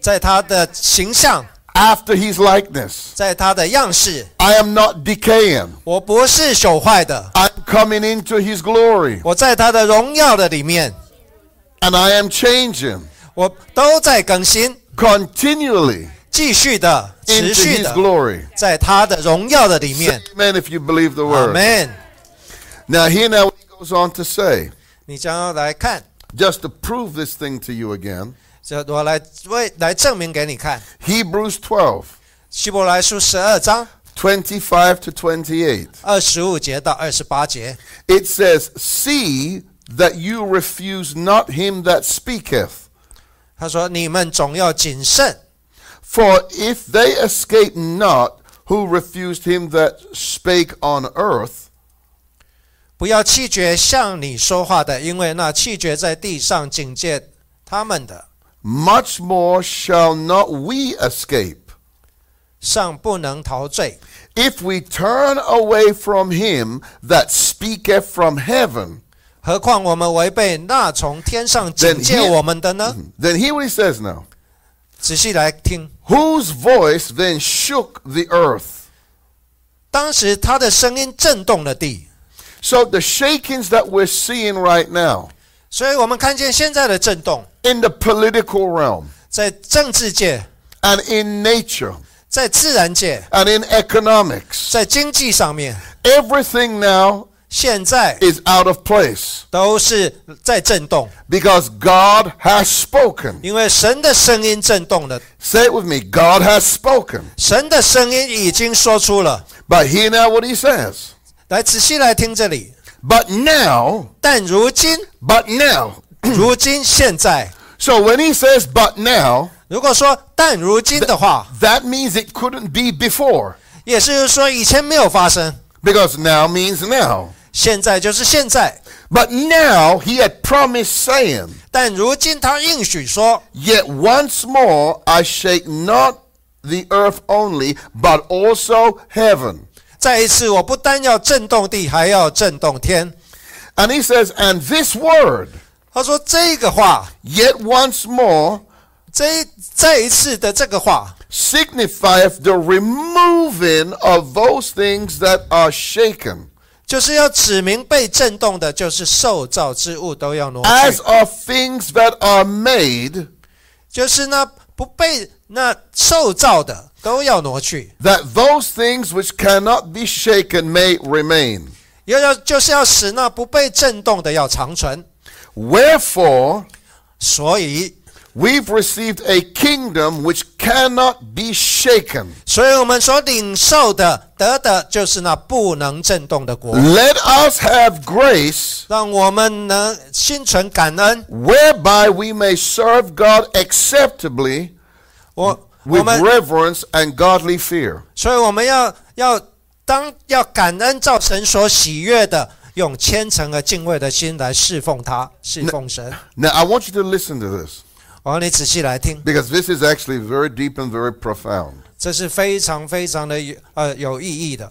[SPEAKER 2] 在他的形象，
[SPEAKER 1] after his likeness.
[SPEAKER 2] 在他的样式，
[SPEAKER 1] I am not decaying.
[SPEAKER 2] 我不是朽坏的，
[SPEAKER 1] I'm coming into his glory
[SPEAKER 2] 我在他的荣耀的里面，
[SPEAKER 1] and I am changing
[SPEAKER 2] 我都在更新，
[SPEAKER 1] continually
[SPEAKER 2] 继续的，持
[SPEAKER 1] into
[SPEAKER 2] 续
[SPEAKER 1] his
[SPEAKER 2] 的，
[SPEAKER 1] glory.
[SPEAKER 2] 在他的荣耀的里
[SPEAKER 1] Say
[SPEAKER 2] 面。
[SPEAKER 1] amen if you believe the
[SPEAKER 2] 阿
[SPEAKER 1] word.
[SPEAKER 2] 门。
[SPEAKER 1] Now, here now what he goes on to say,
[SPEAKER 2] 你将要来看，
[SPEAKER 1] just to prove this thing to you again.
[SPEAKER 2] 这我来为来证明给你看。
[SPEAKER 1] Hebrews 12,
[SPEAKER 2] 希伯来书十二章
[SPEAKER 1] 25 to 28.
[SPEAKER 2] 二十五节到二十八节，
[SPEAKER 1] It says, See that you refuse not him that speaketh.
[SPEAKER 2] 他说：“你们总要谨慎，
[SPEAKER 1] For if they escape not who refused him that spake on earth,
[SPEAKER 2] 不要气绝向你说话的，因为那气绝在地上警戒他们的，
[SPEAKER 1] much more shall not we escape.
[SPEAKER 2] 尚不能陶醉。
[SPEAKER 1] If we turn away from him that speaketh from heaven,
[SPEAKER 2] 何况我们违背那从天上警戒
[SPEAKER 1] Then here-
[SPEAKER 2] 我们的呢？”
[SPEAKER 1] then hear what he says now.
[SPEAKER 2] 仔细来听，
[SPEAKER 1] Whose voice then shook the earth?
[SPEAKER 2] 当时他的声音震动了地，
[SPEAKER 1] So the shakings that we're seeing right now
[SPEAKER 2] 所以我们看见现在的震动，
[SPEAKER 1] in the political realm
[SPEAKER 2] 在政治界、
[SPEAKER 1] and in nature
[SPEAKER 2] 在自然界、
[SPEAKER 1] and in economics,
[SPEAKER 2] 在经济上面，
[SPEAKER 1] everything now
[SPEAKER 2] 现在
[SPEAKER 1] is out of place.
[SPEAKER 2] 都是在震动，
[SPEAKER 1] Because God has spoken.
[SPEAKER 2] 因为神的声音震动了，
[SPEAKER 1] Say it with me. God has spoken.
[SPEAKER 2] 神的声音已经说出了。
[SPEAKER 1] But hear now what he says.
[SPEAKER 2] 来，仔细来听这里。
[SPEAKER 1] But now,
[SPEAKER 2] 但如今，
[SPEAKER 1] but now.
[SPEAKER 2] 如今现在，
[SPEAKER 1] So when he says but now,
[SPEAKER 2] 如果说但如今的话，
[SPEAKER 1] that means it couldn't be before.
[SPEAKER 2] 也就是说以前没有发生，
[SPEAKER 1] Because now means now.
[SPEAKER 2] 现在就是现在。
[SPEAKER 1] But now he had promised, saying,
[SPEAKER 2] 但如今他应许说，
[SPEAKER 1] Yet once more I shake not the earth only, but also heaven.
[SPEAKER 2] 再一次，我不单要震动地，还要震动天。
[SPEAKER 1] And he says, And this word,
[SPEAKER 2] 他说这个话，
[SPEAKER 1] yet once more,
[SPEAKER 2] 这再一次的这个话，
[SPEAKER 1] signifieth the removing of those things that are shaken,
[SPEAKER 2] 就是要指明被震动的，就是受造之物都要挪去
[SPEAKER 1] as。of things that are made,
[SPEAKER 2] 就是那不被那受造的都要挪去，
[SPEAKER 1] that those things which cannot be shaken may remain.
[SPEAKER 2] 要要就是要使那不被震动的要长存。
[SPEAKER 1] Wherefore,
[SPEAKER 2] 所以，
[SPEAKER 1] We've received a kingdom which cannot be shaken.
[SPEAKER 2] 所以我们所领受的得的就是那不能震动的国，
[SPEAKER 1] Let us have grace
[SPEAKER 2] 让我们能心存感恩。
[SPEAKER 1] whereby we may serve God acceptably
[SPEAKER 2] 我我
[SPEAKER 1] with
[SPEAKER 2] 们，
[SPEAKER 1] reverence and godly fear.
[SPEAKER 2] 所以我们要要当要感恩造神所喜悦的，用虔诚和敬畏的心来侍奉他，侍奉神。
[SPEAKER 1] Now, I want you to listen to this
[SPEAKER 2] 我要你仔细来听，
[SPEAKER 1] because this is actually very deep and very profound.
[SPEAKER 2] 这是非常非常的有呃有意义的。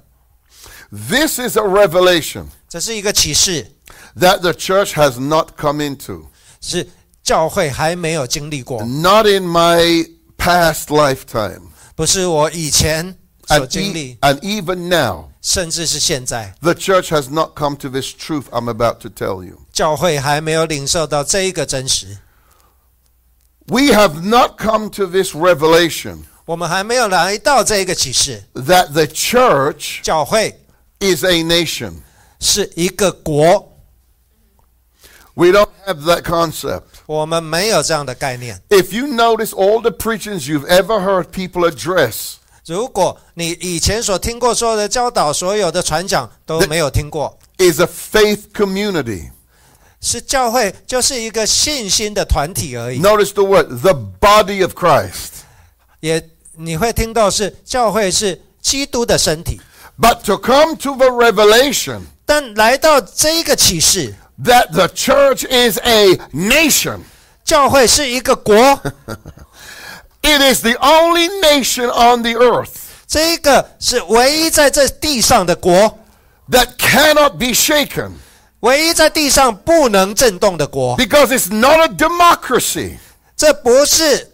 [SPEAKER 1] This is a revelation
[SPEAKER 2] 这是一个启示，
[SPEAKER 1] that the church has not come into,
[SPEAKER 2] 是教会还没有经历过，
[SPEAKER 1] not in my past lifetime,
[SPEAKER 2] 不是我以前所
[SPEAKER 1] and,
[SPEAKER 2] 经
[SPEAKER 1] e-
[SPEAKER 2] 历，
[SPEAKER 1] and even now.
[SPEAKER 2] 甚至是现在，
[SPEAKER 1] The church has not come to this truth I'm about to tell you.
[SPEAKER 2] 教会还没有领受到这一个真实，
[SPEAKER 1] We have not come to this revelation
[SPEAKER 2] 我们还没有来到这一个启示，
[SPEAKER 1] that the church
[SPEAKER 2] 教会
[SPEAKER 1] is a nation.
[SPEAKER 2] 是一个国，
[SPEAKER 1] We don't have that concept.
[SPEAKER 2] 我们没有这样的概念。
[SPEAKER 1] If you notice all the preachings you've ever heard people address,
[SPEAKER 2] 如果你以前所听过所有的教导、所有的传讲都没有听过，
[SPEAKER 1] is a faith community.
[SPEAKER 2] 是教会就是一个信心的团体而已。
[SPEAKER 1] Notice the word, the body of Christ.
[SPEAKER 2] 也你会听到是教会是基督的身体，
[SPEAKER 1] But to come to the revelation
[SPEAKER 2] 但来到这个启示，
[SPEAKER 1] that the church is a nation,
[SPEAKER 2] 教会是一个国，
[SPEAKER 1] it is the only nation on the earth
[SPEAKER 2] 这个是唯一在这地上的国，
[SPEAKER 1] that cannot be shaken
[SPEAKER 2] 唯一在地上不能震动的国。
[SPEAKER 1] because it's not a democracy,
[SPEAKER 2] 这不是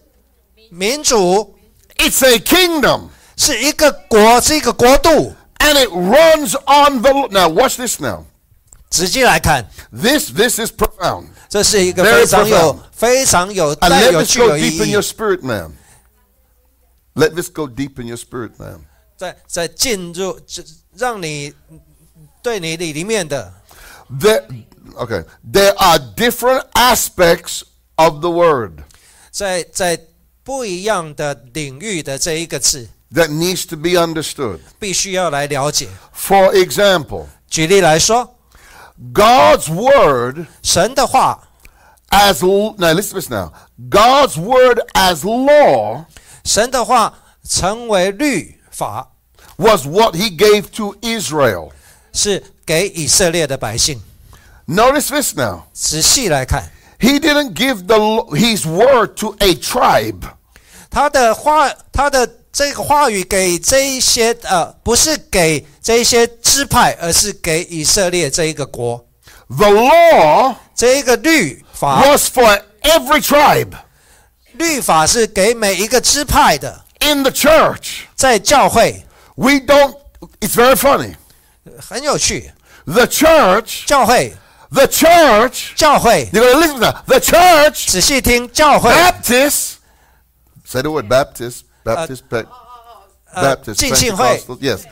[SPEAKER 2] 民主，
[SPEAKER 1] it's a kingdom.
[SPEAKER 2] 是一个国，是一个国度。
[SPEAKER 1] and it runs on the now watch this now
[SPEAKER 2] 直接来看，
[SPEAKER 1] this this is profound
[SPEAKER 2] 这是一个
[SPEAKER 1] Very
[SPEAKER 2] 非常有
[SPEAKER 1] profound.
[SPEAKER 2] 非常有
[SPEAKER 1] and
[SPEAKER 2] 带
[SPEAKER 1] let
[SPEAKER 2] 有
[SPEAKER 1] this
[SPEAKER 2] 具有
[SPEAKER 1] go
[SPEAKER 2] 意
[SPEAKER 1] deep in
[SPEAKER 2] 义
[SPEAKER 1] your，spirit man let this go deep in your spirit man
[SPEAKER 2] 在在进入，这让你对你里里面的
[SPEAKER 1] there, okay there are different aspects of the word
[SPEAKER 2] 在在不一样的领域的这一个字，
[SPEAKER 1] that needs to be understood
[SPEAKER 2] 必须要来了解。
[SPEAKER 1] for example
[SPEAKER 2] 举例来说，
[SPEAKER 1] god's word
[SPEAKER 2] 神的话，
[SPEAKER 1] as l- now listen to this now god's word as law
[SPEAKER 2] 神的话成为律法，
[SPEAKER 1] was what he gave to israel
[SPEAKER 2] 是给以色列的百姓。
[SPEAKER 1] notice this now
[SPEAKER 2] 仔细来看，
[SPEAKER 1] He didn't give the lo- his word to a tribe.
[SPEAKER 2] 他的话，他的这个话语给这一些呃，不是给这一些支派，而是给以色列这一个国，
[SPEAKER 1] The law
[SPEAKER 2] 这一个律法，
[SPEAKER 1] was for every tribe
[SPEAKER 2] 律法是给每一个支派的，
[SPEAKER 1] in the church.
[SPEAKER 2] 在教会
[SPEAKER 1] We don't it's very funny.
[SPEAKER 2] 很有趣，
[SPEAKER 1] The church,
[SPEAKER 2] 教会，
[SPEAKER 1] the church,
[SPEAKER 2] 教会，
[SPEAKER 1] you're going to listen to that. The church,
[SPEAKER 2] 仔细听，教会，
[SPEAKER 1] Baptist, say the word Baptist, Baptist, Pe- Baptist,
[SPEAKER 2] Jinxin Hui.
[SPEAKER 1] Pentecostal, yes.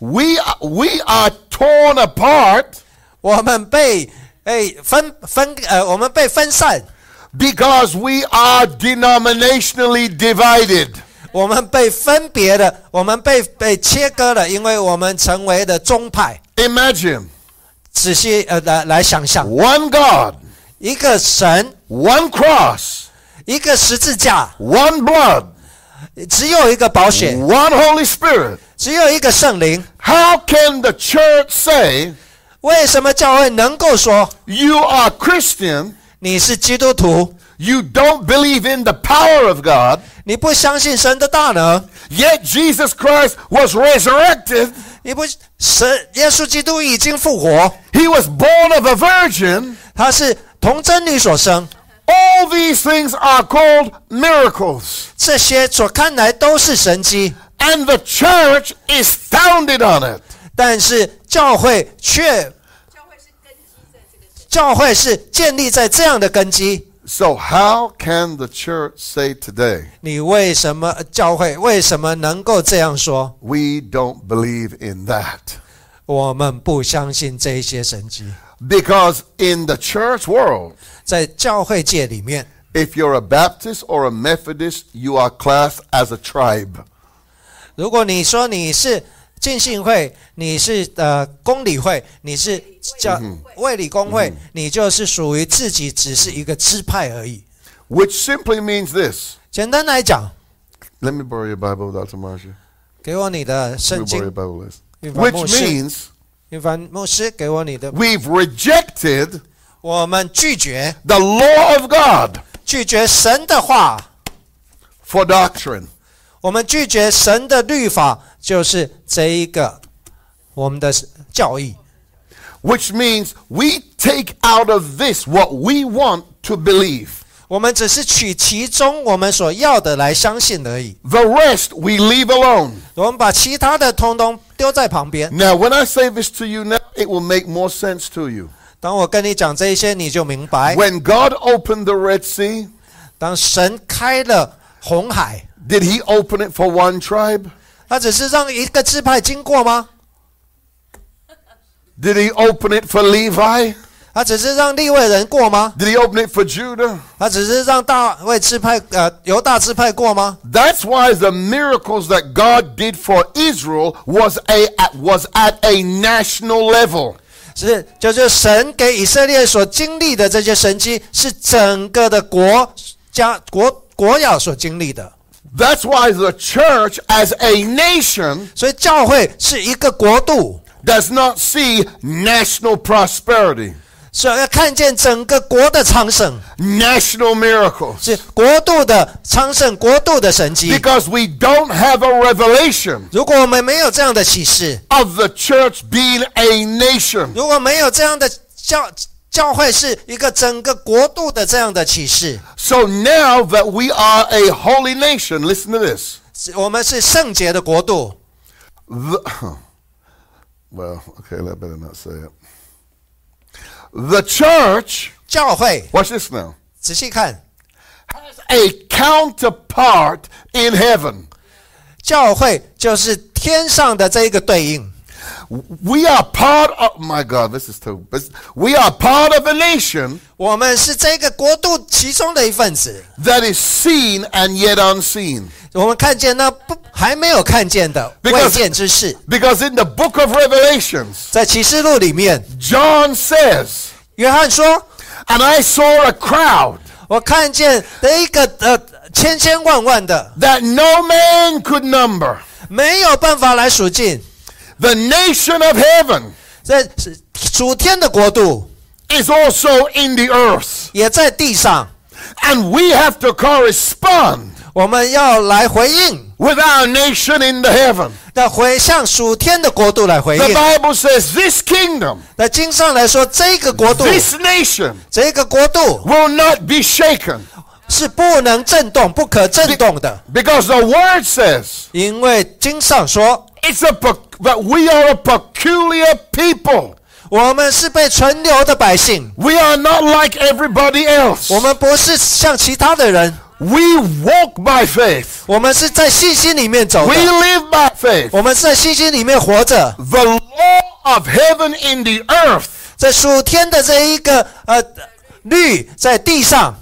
[SPEAKER 1] We are, we are torn apart
[SPEAKER 2] 我们被哎分分呃，我们被分散，
[SPEAKER 1] because we are denominationally divided.
[SPEAKER 2] 我们被分别了，我们被被切割了，因为我们成为了宗派。
[SPEAKER 1] Imagine
[SPEAKER 2] 仔细呃来来想想，
[SPEAKER 1] one God,
[SPEAKER 2] 一个神，
[SPEAKER 1] one cross,
[SPEAKER 2] 一个十字架，
[SPEAKER 1] one blood,
[SPEAKER 2] 只有一个宝血，
[SPEAKER 1] one Holy Spirit.
[SPEAKER 2] 只有一个圣灵。
[SPEAKER 1] How can the church say
[SPEAKER 2] 为什么教会能够说
[SPEAKER 1] you are Christian,
[SPEAKER 2] 你是基督徒，
[SPEAKER 1] you don't believe in the power of God,
[SPEAKER 2] 你不相信神的大能，
[SPEAKER 1] yet Jesus Christ was resurrected,
[SPEAKER 2] 你不神耶稣基督已经复活，
[SPEAKER 1] he was born of a virgin?
[SPEAKER 2] 他是童真女所生，
[SPEAKER 1] All these things are called miracles.
[SPEAKER 2] 这些所看来都是神迹，
[SPEAKER 1] And the church is founded on it.
[SPEAKER 2] 但是教会却
[SPEAKER 3] 教会是
[SPEAKER 2] 教会是建
[SPEAKER 3] 根基在这个神，
[SPEAKER 2] 立在这样的根基。
[SPEAKER 1] So, how can the church say today,
[SPEAKER 2] 你为什么教会为什么能够这样说？
[SPEAKER 1] we don't believe in that?
[SPEAKER 2] 我们不相信这一些神迹。
[SPEAKER 1] Because in the church world,
[SPEAKER 2] 在教会界里面，
[SPEAKER 1] if you're a Baptist or a Methodist, you are classed as a tribe.
[SPEAKER 2] 如果你说你是浸信会，你是呃公理会，你是教卫理公会，你就是属于自己只是一个支派而已。
[SPEAKER 1] Which simply means this.
[SPEAKER 2] 简单来讲，
[SPEAKER 1] Let me borrow your Bible, Dr. Marsha.
[SPEAKER 2] 给我你的
[SPEAKER 1] Let
[SPEAKER 2] 圣
[SPEAKER 1] me borrow your Bible list.
[SPEAKER 2] 经，云凡
[SPEAKER 1] Which
[SPEAKER 2] 牧师，
[SPEAKER 1] means
[SPEAKER 2] 云凡牧师，给我你的。
[SPEAKER 1] we've rejected
[SPEAKER 2] 我们拒绝
[SPEAKER 1] the law of God
[SPEAKER 2] 拒绝神的话，
[SPEAKER 1] for doctrine.
[SPEAKER 2] 我们拒绝神的律法，就是这一个我们的教义。
[SPEAKER 1] Which means we take out of this what we want to believe.
[SPEAKER 2] 我们只是取其中我们所要的来相信而已。
[SPEAKER 1] The rest we leave alone.
[SPEAKER 2] 我们把其他的通通丢在旁边。
[SPEAKER 1] Now, when I say this to you now, it will make more sense to you.
[SPEAKER 2] 当我跟你讲这一些，你就明白。
[SPEAKER 1] When God opened the Red Sea,
[SPEAKER 2] 当神开了红海，
[SPEAKER 1] did he open it for one tribe?
[SPEAKER 2] 他只是让一个支派经过吗？
[SPEAKER 1] Did he open it for Levi?
[SPEAKER 2] 他只是让立位人过吗？
[SPEAKER 1] Did he open it for Judah?
[SPEAKER 2] 他只是让大卫支派呃犹大支派过吗？
[SPEAKER 1] That's why the miracles that God did for Israel was a was at a national level.
[SPEAKER 2] 是，就是神给以色列所经历的这些神迹，是整个的国家国国要所经历的。
[SPEAKER 1] That's why the church as a nation
[SPEAKER 2] 所以教会是一个国度，
[SPEAKER 1] does not see national prosperity,
[SPEAKER 2] 所以要看见整个国的昌盛，
[SPEAKER 1] national miracles.
[SPEAKER 2] 是国度的昌盛，国度的神迹。
[SPEAKER 1] Because we don't have a revelation
[SPEAKER 2] 如果我们没有这样的启示，
[SPEAKER 1] of the church being a nation.
[SPEAKER 2] 如果没有这样的教教会是一个整个国度的这样的启示，
[SPEAKER 1] So now that we are a holy nation, listen to this.
[SPEAKER 2] 是我们是圣洁的国度。
[SPEAKER 1] The, well, okay, I better not say it. The church,
[SPEAKER 2] 教会，
[SPEAKER 1] watch this now,
[SPEAKER 2] 仔细看，
[SPEAKER 1] has a counterpart in heaven.
[SPEAKER 2] 教会就是天上的这一个对应。
[SPEAKER 1] We are part of, my God, this is too, this- we are part of a nation
[SPEAKER 2] 我们是这个国度其中的一份子，
[SPEAKER 1] that is seen and yet unseen.
[SPEAKER 2] 我们看见那不还没有看见的
[SPEAKER 1] Because-
[SPEAKER 2] 未见之事。
[SPEAKER 1] Because in the book of Revelations,
[SPEAKER 2] 在启示录里面，
[SPEAKER 1] John says,
[SPEAKER 2] 约翰说
[SPEAKER 1] and I saw a crowd：“
[SPEAKER 2] 我看见的一个呃千千万万的，
[SPEAKER 1] that no man could number,
[SPEAKER 2] 没有办法来数尽，
[SPEAKER 1] the nation of heaven.
[SPEAKER 2] 这是属天的国度
[SPEAKER 1] is also in the earth.
[SPEAKER 2] 也在地上。
[SPEAKER 1] And we have to correspond
[SPEAKER 2] 我们要来回应，
[SPEAKER 1] with our nation in the heaven.
[SPEAKER 2] 要回向属天的国度来回
[SPEAKER 1] The
[SPEAKER 2] 应。
[SPEAKER 1] Bible says this kingdom,
[SPEAKER 2] 在经上来说，这个国度，
[SPEAKER 1] this nation
[SPEAKER 2] 这个国度
[SPEAKER 1] will not be shaken
[SPEAKER 2] 是不能震动、不可震动的，
[SPEAKER 1] because the word says
[SPEAKER 2] 因为经上说，
[SPEAKER 1] it's a pe- that we are a peculiar people.
[SPEAKER 2] 我们是被存留的百姓，
[SPEAKER 1] We are not like everybody else.
[SPEAKER 2] 我们不是像其他的人，
[SPEAKER 1] We walk by faith.
[SPEAKER 2] 我们是在信心里面走
[SPEAKER 1] We
[SPEAKER 2] 的，
[SPEAKER 1] live by faith.
[SPEAKER 2] 我们是在信心里面活着。
[SPEAKER 1] The law of heaven in the earth
[SPEAKER 2] 这属天的这一个呃律在地上，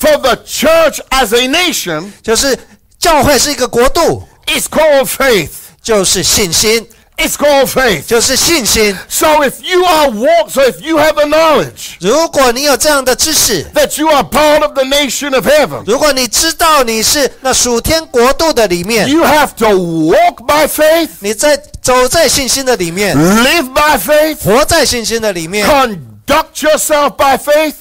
[SPEAKER 1] for the church as a nation
[SPEAKER 2] 就是教会是一个国度，
[SPEAKER 1] is called faith.
[SPEAKER 2] 就是信心，
[SPEAKER 1] It's called faith.
[SPEAKER 2] 就是信心。
[SPEAKER 1] So if you are walk, so if you have a knowledge
[SPEAKER 2] 如果你有这样的知识，
[SPEAKER 1] that you are part of the nation of heaven,
[SPEAKER 2] 如果你知道你是那属天国度的里面，
[SPEAKER 1] you have to walk by faith,
[SPEAKER 2] 你在走在信心的里面，
[SPEAKER 1] live by faith,
[SPEAKER 2] 活在信心的里面，
[SPEAKER 1] conduct yourself by faith,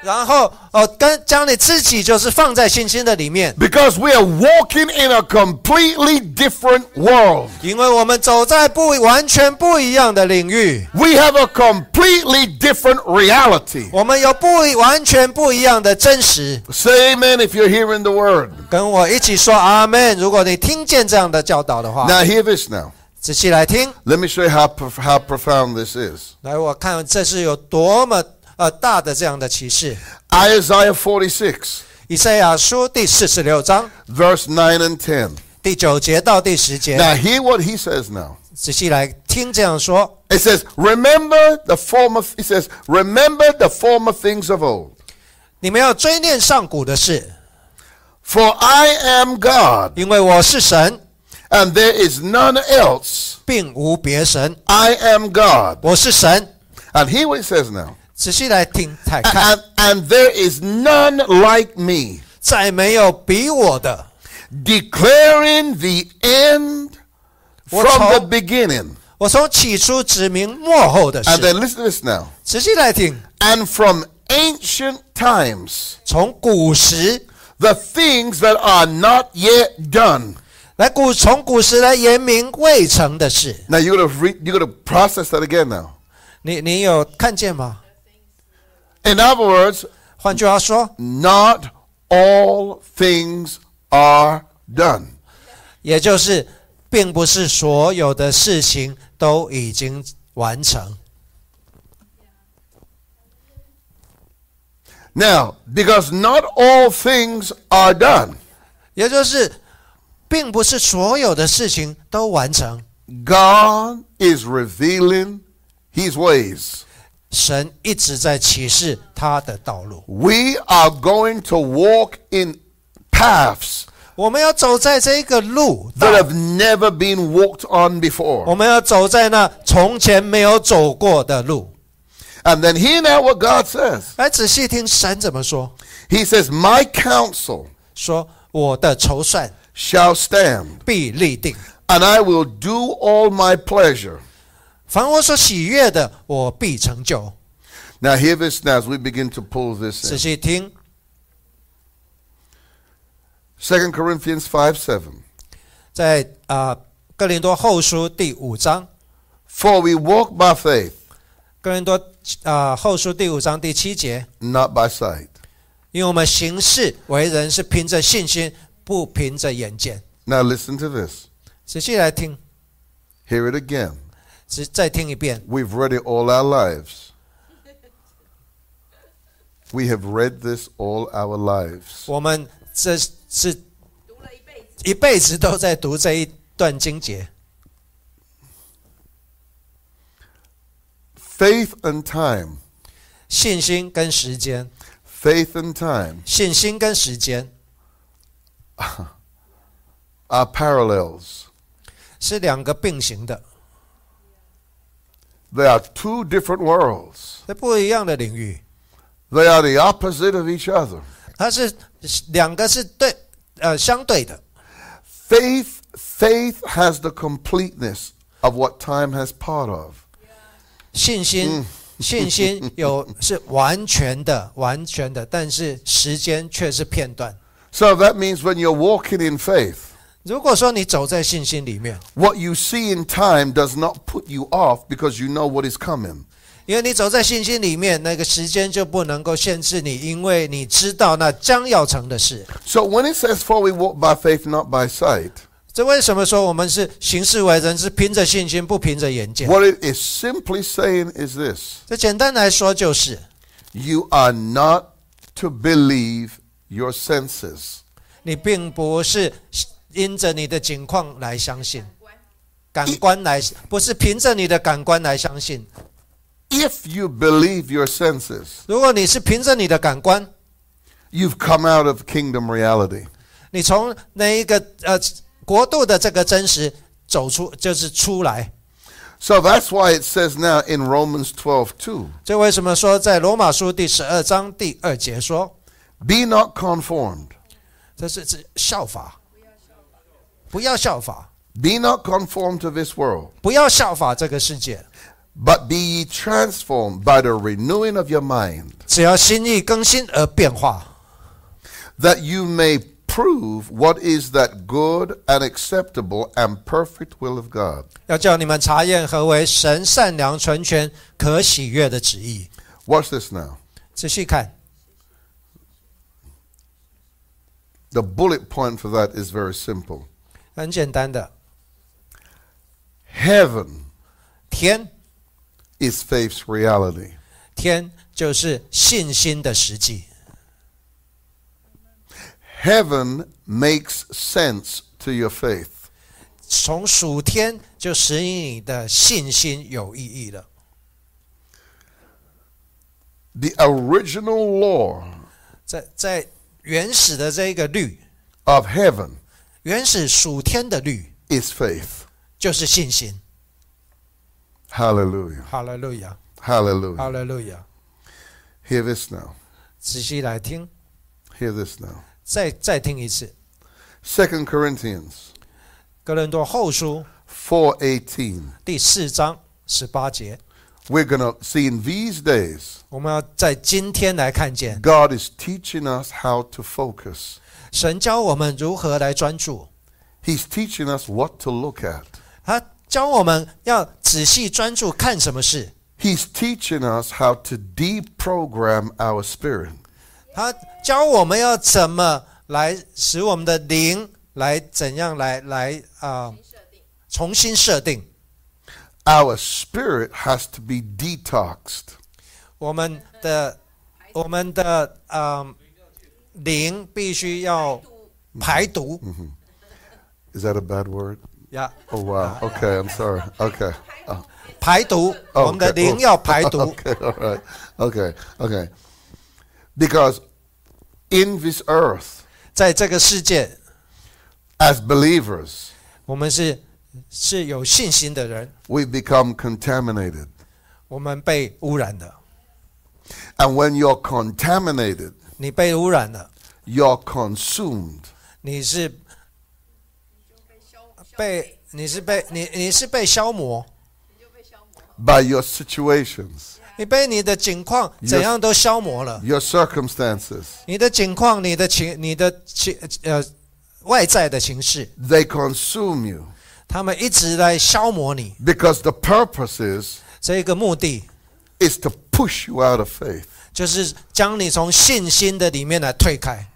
[SPEAKER 2] 然后哦，跟将你自己就是放在信心的里面，
[SPEAKER 1] because we are walking in a completely different world.
[SPEAKER 2] 因为我们走在不完全不一样的领域，
[SPEAKER 1] We have a completely different reality.
[SPEAKER 2] 我们有不一完全不一样的真实。
[SPEAKER 1] Say amen if you're hearing the word.
[SPEAKER 2] 跟我一起说阿门。如果你听见这样的教导的话，
[SPEAKER 1] Now hear this now.
[SPEAKER 2] 仔细来听，
[SPEAKER 1] Let me show you how, prof- how profound this is.
[SPEAKER 2] 来我看这是有多么呃大的这样的启示。
[SPEAKER 1] Isaiah 46,
[SPEAKER 2] 以赛亚书第四十六章
[SPEAKER 1] verse 9 and 10.
[SPEAKER 2] 第九节到第十节，
[SPEAKER 1] Now hear what he says now.
[SPEAKER 2] 仔细来听这样说：
[SPEAKER 1] It says, remember the former, he says, remember the former things of old.
[SPEAKER 2] 你们要追念上古的事，
[SPEAKER 1] For I am God,
[SPEAKER 2] 因为我是神，
[SPEAKER 1] and there is none else.
[SPEAKER 2] 并无别神。
[SPEAKER 1] I am God.
[SPEAKER 2] 我是神，
[SPEAKER 1] And hear what it says now.
[SPEAKER 2] 仔细来听 来看，
[SPEAKER 1] And, and there is none like me,
[SPEAKER 2] 再没有比我的。
[SPEAKER 1] declaring the end from
[SPEAKER 2] What's
[SPEAKER 1] the
[SPEAKER 2] hope?
[SPEAKER 1] beginning.
[SPEAKER 2] 我从起初指明幕后的
[SPEAKER 1] And
[SPEAKER 2] 事，
[SPEAKER 1] then listen to this now.
[SPEAKER 2] 仔细来听，
[SPEAKER 1] And from ancient times,
[SPEAKER 2] 从古时
[SPEAKER 1] the things that are not yet done.
[SPEAKER 2] 来古从古时来言明未成的事，
[SPEAKER 1] Now you're gonna re- you're gonna process that again now.
[SPEAKER 2] 你你有看见吗？
[SPEAKER 1] In other words,
[SPEAKER 2] 换句话说，
[SPEAKER 1] not all things are done.
[SPEAKER 2] 也就是并不是所有的事情都已经完成。
[SPEAKER 1] Now, because not all things are done,
[SPEAKER 2] 也就是，并不是所有的事情都完成。
[SPEAKER 1] God is revealing his ways.
[SPEAKER 2] 神一直在启示他的道路。
[SPEAKER 1] We are going to walk in paths
[SPEAKER 2] 我们要走在这个路道
[SPEAKER 1] that have never been walked on
[SPEAKER 2] 我
[SPEAKER 1] before.
[SPEAKER 2] 们要走在那从前没有走过的路。
[SPEAKER 1] And then hear now what God says.
[SPEAKER 2] 来，哎仔细听神怎么说：
[SPEAKER 1] He says, My counsel
[SPEAKER 2] 说我的筹算
[SPEAKER 1] shall stand,
[SPEAKER 2] 必立定，
[SPEAKER 1] and I will do all my pleasure.
[SPEAKER 2] 凡我所喜悦的，我必成就。
[SPEAKER 1] Now hear this now as we begin to pull this
[SPEAKER 2] 仔
[SPEAKER 1] in.
[SPEAKER 2] 细听，
[SPEAKER 1] 2 Corinthians 5 7.
[SPEAKER 2] 在啊、呃哥林多后书第五章，
[SPEAKER 1] For we walk by faith,
[SPEAKER 2] 哥林多啊、呃后书第五章第七节，
[SPEAKER 1] not by sight.
[SPEAKER 2] 因为我们行事为人是凭着信心，不凭着眼见。
[SPEAKER 1] Now listen to this.
[SPEAKER 2] 仔细来听，
[SPEAKER 1] Hear it again.
[SPEAKER 2] 只再听一遍。
[SPEAKER 1] We've read it all our lives. We have read this all our lives.
[SPEAKER 2] 我们这是
[SPEAKER 3] 读了一辈子，
[SPEAKER 2] 一辈子都在读这一段经节。
[SPEAKER 1] Faith and time.
[SPEAKER 2] 信心跟时间，
[SPEAKER 1] Faith and time
[SPEAKER 2] 信心跟时间
[SPEAKER 1] are parallels.
[SPEAKER 2] 是两个并行的，
[SPEAKER 1] They are two different worlds.
[SPEAKER 2] 在不一样的领域，
[SPEAKER 1] They are the opposite of each other.
[SPEAKER 2] 它是两个是对呃相对的。
[SPEAKER 1] Faith faith has the completeness of what time has part of.
[SPEAKER 2] 信心，信心有是完全的， 完全的，但是时间却是片段。
[SPEAKER 1] So that means when you're walking in faith,
[SPEAKER 2] 如果说你走在信心里面，
[SPEAKER 1] what you see in time does not put you off because you know what is coming.
[SPEAKER 2] 因为你走在信心里面，那个时间就不能够限制你，因为你知道那将要成的事。
[SPEAKER 1] So when it says, For we walk by faith, not by sight,
[SPEAKER 2] 这为什么说我们是行事为人是凭着信心，不凭着眼见？
[SPEAKER 1] what it is simply saying is this
[SPEAKER 2] 这简单来说就是。
[SPEAKER 1] you are not to believe your senses.
[SPEAKER 2] 你并不是因着你的情况来相信
[SPEAKER 3] 官，
[SPEAKER 2] 感官来，不是凭着你的感官来相信。
[SPEAKER 1] If you believe your senses,
[SPEAKER 2] 如果你是凭着你的感官，
[SPEAKER 1] you've come out of kingdom reality.
[SPEAKER 2] 你从那一个呃国度的这个真实走出，就是出来。
[SPEAKER 1] So that's why it says now in Romans 12 2,
[SPEAKER 2] 这为什么说在罗马书第十二章第二节说，
[SPEAKER 1] be not conformed.
[SPEAKER 2] 这是指效法，不要效法，
[SPEAKER 1] Be not conformed to this world,
[SPEAKER 2] 不要效法这个世界，
[SPEAKER 1] but be ye transformed by the renewing of your mind.
[SPEAKER 2] 只要心意更新而变化。
[SPEAKER 1] that you may prove what is that good and acceptable and perfect will of God.
[SPEAKER 2] 要叫你们查验何为神善良、纯全、可喜悦的旨意。
[SPEAKER 1] Watch this now.
[SPEAKER 2] 仔细看，
[SPEAKER 1] The bullet point for that is very simple.
[SPEAKER 2] 很简单的，
[SPEAKER 1] Heaven
[SPEAKER 2] 天
[SPEAKER 1] is faith's reality.
[SPEAKER 2] 天就是信心的实际，
[SPEAKER 1] Heaven makes sense to your faith.
[SPEAKER 2] 从属天就使你的信心有意义了。
[SPEAKER 1] The original law
[SPEAKER 2] 在在原始的这一个律，
[SPEAKER 1] of heaven
[SPEAKER 2] 原始属天的律
[SPEAKER 1] is faith.
[SPEAKER 2] 就是信心。
[SPEAKER 1] Hallelujah.
[SPEAKER 2] 哈利路亚，哈
[SPEAKER 1] Hallelujah.
[SPEAKER 2] 利路亚！
[SPEAKER 1] Hear this now.
[SPEAKER 2] 仔细来听，
[SPEAKER 1] Hear this now.
[SPEAKER 2] 再再听一次。
[SPEAKER 1] Second Corinthians
[SPEAKER 2] 哥伦多后书
[SPEAKER 1] 4:18.
[SPEAKER 2] 第四章十八节，
[SPEAKER 1] We're going to see in these days
[SPEAKER 2] 我们要在今天来看见。
[SPEAKER 1] God is teaching us how to focus.
[SPEAKER 2] 神教我们如何来专注，
[SPEAKER 1] He's teaching us what to look at.
[SPEAKER 2] 他教我们要仔细专注看什么事，
[SPEAKER 1] He's teaching us how to deprogram our spirit.
[SPEAKER 2] 他教我们要怎么来使我们的灵来怎样来来啊、
[SPEAKER 3] 新设定，
[SPEAKER 2] 重新设定。
[SPEAKER 1] Our spirit has to be detoxed.
[SPEAKER 2] 我们的我们的啊、呃灵必须要
[SPEAKER 3] 读
[SPEAKER 2] 排毒，
[SPEAKER 1] Is that a bad word?
[SPEAKER 2] 呀，
[SPEAKER 1] Oh, wow. Okay, I'm sorry. Okay. Uh,
[SPEAKER 2] 排毒，
[SPEAKER 1] Oh,
[SPEAKER 2] 我们的
[SPEAKER 1] okay.
[SPEAKER 2] 灵
[SPEAKER 1] Oh.
[SPEAKER 2] 要排毒。
[SPEAKER 1] Okay, all right. Okay, okay. Because in this earth,
[SPEAKER 2] 在这个世界，
[SPEAKER 1] as believers,
[SPEAKER 2] 我们是是有信心的人，
[SPEAKER 1] we become contaminated.
[SPEAKER 2] 我们被污染了。
[SPEAKER 1] And when you're contaminated,
[SPEAKER 2] 你被污染了，
[SPEAKER 1] you're consumed.
[SPEAKER 2] 你是被你是被你你是被消磨，
[SPEAKER 1] by your situations,
[SPEAKER 2] 你被你的境况
[SPEAKER 1] Yes.
[SPEAKER 2] 怎样都消磨了。
[SPEAKER 1] your circumstances.
[SPEAKER 2] 你的境况，你的情，你的情呃外在的情势，
[SPEAKER 1] They consume you
[SPEAKER 2] 他们一直来消磨你。
[SPEAKER 1] because the purpose is,
[SPEAKER 2] 这个目的
[SPEAKER 1] is to push you out of faith.
[SPEAKER 2] 就是将你从信心的里面来推开。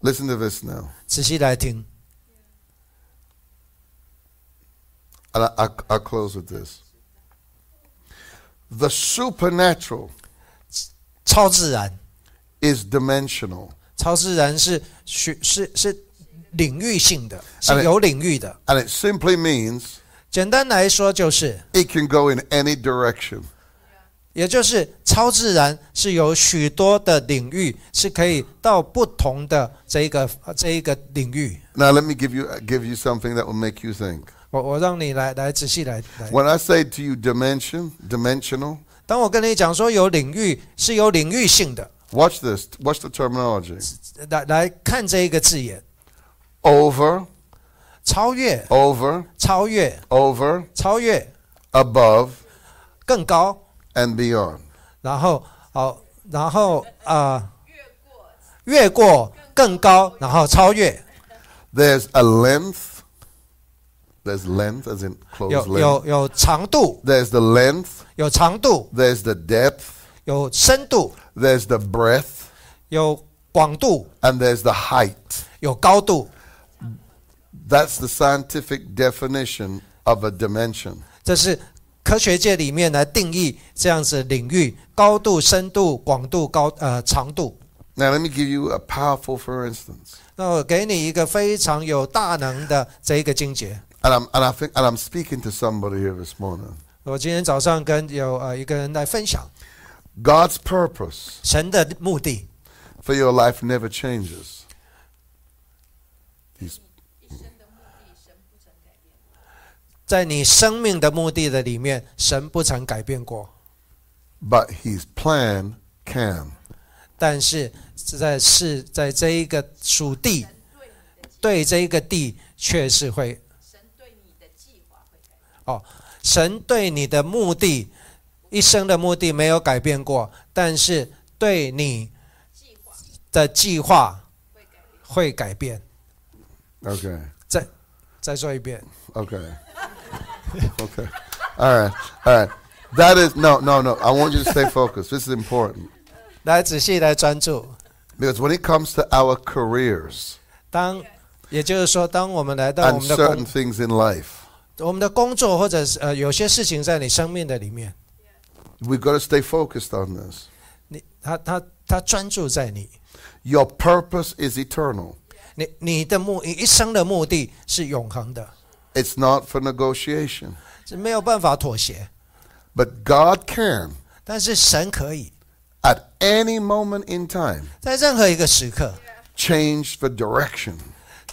[SPEAKER 1] Listen to this now.
[SPEAKER 2] 仔细来听，
[SPEAKER 1] And I, I, I'll close with this. The supernatural
[SPEAKER 2] 超自然，
[SPEAKER 1] is dimensional
[SPEAKER 2] 超自然是是是是领域性的，
[SPEAKER 1] 啊
[SPEAKER 2] 是
[SPEAKER 1] 对
[SPEAKER 2] 有领域的。
[SPEAKER 1] and it simply means
[SPEAKER 2] 简单来说就是，
[SPEAKER 1] it can go in any direction.
[SPEAKER 2] 也就是超自然是有许多的领域是可以到不同的这一个这一个领域。
[SPEAKER 1] Now let me give you give you something that will make you think.
[SPEAKER 2] 我我让你来来仔细来来
[SPEAKER 1] When I say to you dimension, dimensional,
[SPEAKER 2] 当我跟你讲说有领域是有领域性的，
[SPEAKER 1] watch this, watch the terminology.
[SPEAKER 2] 来来看这一个字眼，
[SPEAKER 1] Over,
[SPEAKER 2] 超越、
[SPEAKER 1] over,
[SPEAKER 2] 超越、
[SPEAKER 1] over,
[SPEAKER 2] 超越，
[SPEAKER 1] above,
[SPEAKER 2] 更高，
[SPEAKER 1] and beyond.
[SPEAKER 2] 然后好、然后啊、呃越过更高，然后超越，
[SPEAKER 1] There's a length. There's length, as in close
[SPEAKER 2] 有
[SPEAKER 1] length.
[SPEAKER 2] 有有长度，
[SPEAKER 1] There's the length.
[SPEAKER 2] 有长度，
[SPEAKER 1] There's the depth.
[SPEAKER 2] 有深度，
[SPEAKER 1] There's the breadth.
[SPEAKER 2] 有广度，
[SPEAKER 1] And there's the height.
[SPEAKER 2] 有高度，
[SPEAKER 1] That's the scientific definition of a dimension.
[SPEAKER 2] 这是科学界里面来定义这样子领域高度、深度、广度、高呃长度。
[SPEAKER 1] Now, let me give you a powerful, for instance.
[SPEAKER 2] 那我给你一个非常有大能的这一个经节。
[SPEAKER 1] And I'm, and I think, and I'm speaking to somebody here this morning.
[SPEAKER 2] 我今天早上跟有呃一个人来分享，
[SPEAKER 1] God's purpose
[SPEAKER 2] 神的目的
[SPEAKER 1] for your life never changes. He's
[SPEAKER 2] 在你生命的目的的里面，神不曾改变过，
[SPEAKER 1] but his plan can.
[SPEAKER 2] 但是是在是在这一个属地，对这一个地却是会哦，神对你的目的，一生的目的没有改变过，但是对你的计划会改变。
[SPEAKER 1] Okay.
[SPEAKER 2] 再说一遍，
[SPEAKER 1] Okay. okay. All right. All right. That is no, no, no. I want you to stay focused. This is important
[SPEAKER 2] 来仔细来专注。
[SPEAKER 1] because when it comes to our careers
[SPEAKER 2] 当也就是说，当我们来到我
[SPEAKER 1] and
[SPEAKER 2] 们的工
[SPEAKER 1] certain things in life,
[SPEAKER 2] 我们的工作，或者是呃有些事情在你生命的里面，
[SPEAKER 1] we've got to stay focused on this.
[SPEAKER 2] 你他他他专注在你，
[SPEAKER 1] Your purpose is eternal.
[SPEAKER 2] 你你的目你一生的目的是永恒的，
[SPEAKER 1] It's not for negotiation,
[SPEAKER 2] 是没有办法妥协。
[SPEAKER 1] but God can
[SPEAKER 2] 但是神可以
[SPEAKER 1] at any moment in time
[SPEAKER 2] 在任何一个时刻
[SPEAKER 1] change the direction.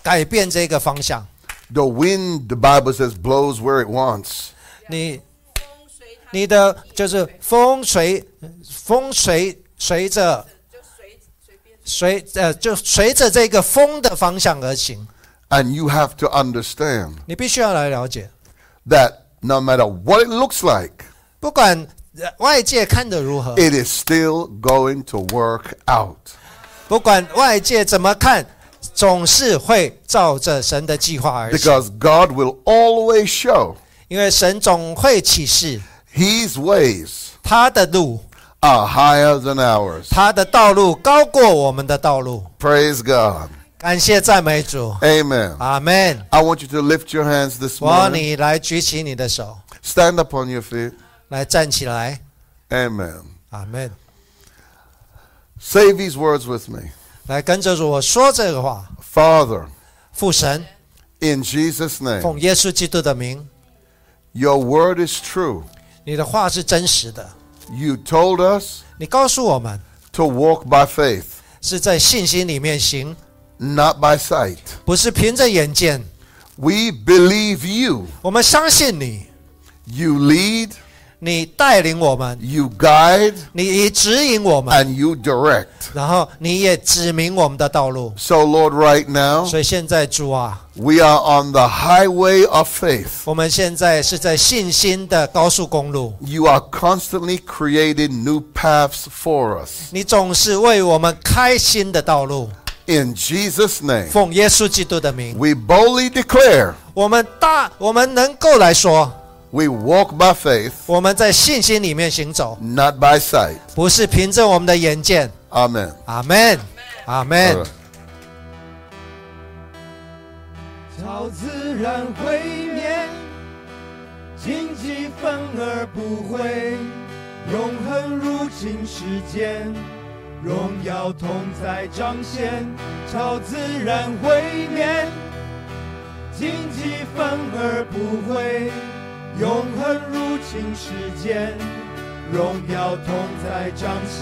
[SPEAKER 2] 改变这个方向。
[SPEAKER 1] The wind, the Bible says, blows where it wants.
[SPEAKER 2] 你
[SPEAKER 3] 风随它
[SPEAKER 2] 你的就是风随风随随着
[SPEAKER 3] 就随随便
[SPEAKER 2] 随呃就随着这个风的方向而行，
[SPEAKER 1] And you have to understand
[SPEAKER 2] 你必须要来了解。
[SPEAKER 1] that no matter what it looks like,
[SPEAKER 2] 不管呃外界看得如何，
[SPEAKER 1] it is still going to work out.
[SPEAKER 2] 不管外界怎么看，总是会照着神的计划而行，
[SPEAKER 1] Because God will always show
[SPEAKER 2] 因为神总会启示
[SPEAKER 1] His ways
[SPEAKER 2] 他的路，
[SPEAKER 1] are higher than ours.
[SPEAKER 2] 他的道路高过我们的道路。
[SPEAKER 1] Praise God.
[SPEAKER 2] 感谢赞美主，
[SPEAKER 1] Amen.
[SPEAKER 2] 阿门。
[SPEAKER 1] I want you to lift your hands this
[SPEAKER 2] 我要
[SPEAKER 1] morning.
[SPEAKER 2] 你来举起你的手，
[SPEAKER 1] Stand up on your feet.
[SPEAKER 2] 来站起来，
[SPEAKER 1] Amen.
[SPEAKER 2] 阿门。
[SPEAKER 1] Say these words with me
[SPEAKER 2] 来跟着我说这个话，
[SPEAKER 1] Father,
[SPEAKER 2] 父神，
[SPEAKER 1] In Jesus' name.
[SPEAKER 2] 奉耶稣基督的名，
[SPEAKER 1] Your word is true.
[SPEAKER 2] 你的话是真实的。
[SPEAKER 1] You told us
[SPEAKER 2] 你告诉我们
[SPEAKER 1] to walk by faith,
[SPEAKER 2] 是在信心里面行，
[SPEAKER 1] not by sight.
[SPEAKER 2] 不是凭着眼见。
[SPEAKER 1] We believe you.
[SPEAKER 2] 我们相信你，
[SPEAKER 1] You lead,
[SPEAKER 2] 你带领我们，
[SPEAKER 1] you guide,
[SPEAKER 2] 你指引我们，
[SPEAKER 1] and you direct.
[SPEAKER 2] 然后你也指明我们的道路。
[SPEAKER 1] So, Lord, right now,
[SPEAKER 2] 所以现在主啊，
[SPEAKER 1] we are on the highway of faith.
[SPEAKER 2] 我们现在是在信心的高速公路，
[SPEAKER 1] You are constantly creating new paths for us.
[SPEAKER 2] 你总是为我们开新的道路。
[SPEAKER 1] In Jesus' name,
[SPEAKER 2] 奉耶稣基督的名，
[SPEAKER 1] we boldly declare
[SPEAKER 2] 我们大，我们能够来说，
[SPEAKER 1] we walk by faith,
[SPEAKER 2] 我们在信心里面行走，
[SPEAKER 1] not by sight.
[SPEAKER 2] 不是凭着我们的眼见。
[SPEAKER 1] Amen.
[SPEAKER 2] 阿门，阿门
[SPEAKER 1] All。right.
[SPEAKER 4] 超自然毁灭，荆棘反而不会，永恒入侵世间，荣耀同在彰显，超自然毁灭，荆棘反而不会，永恒入侵世间，荣耀同在彰显。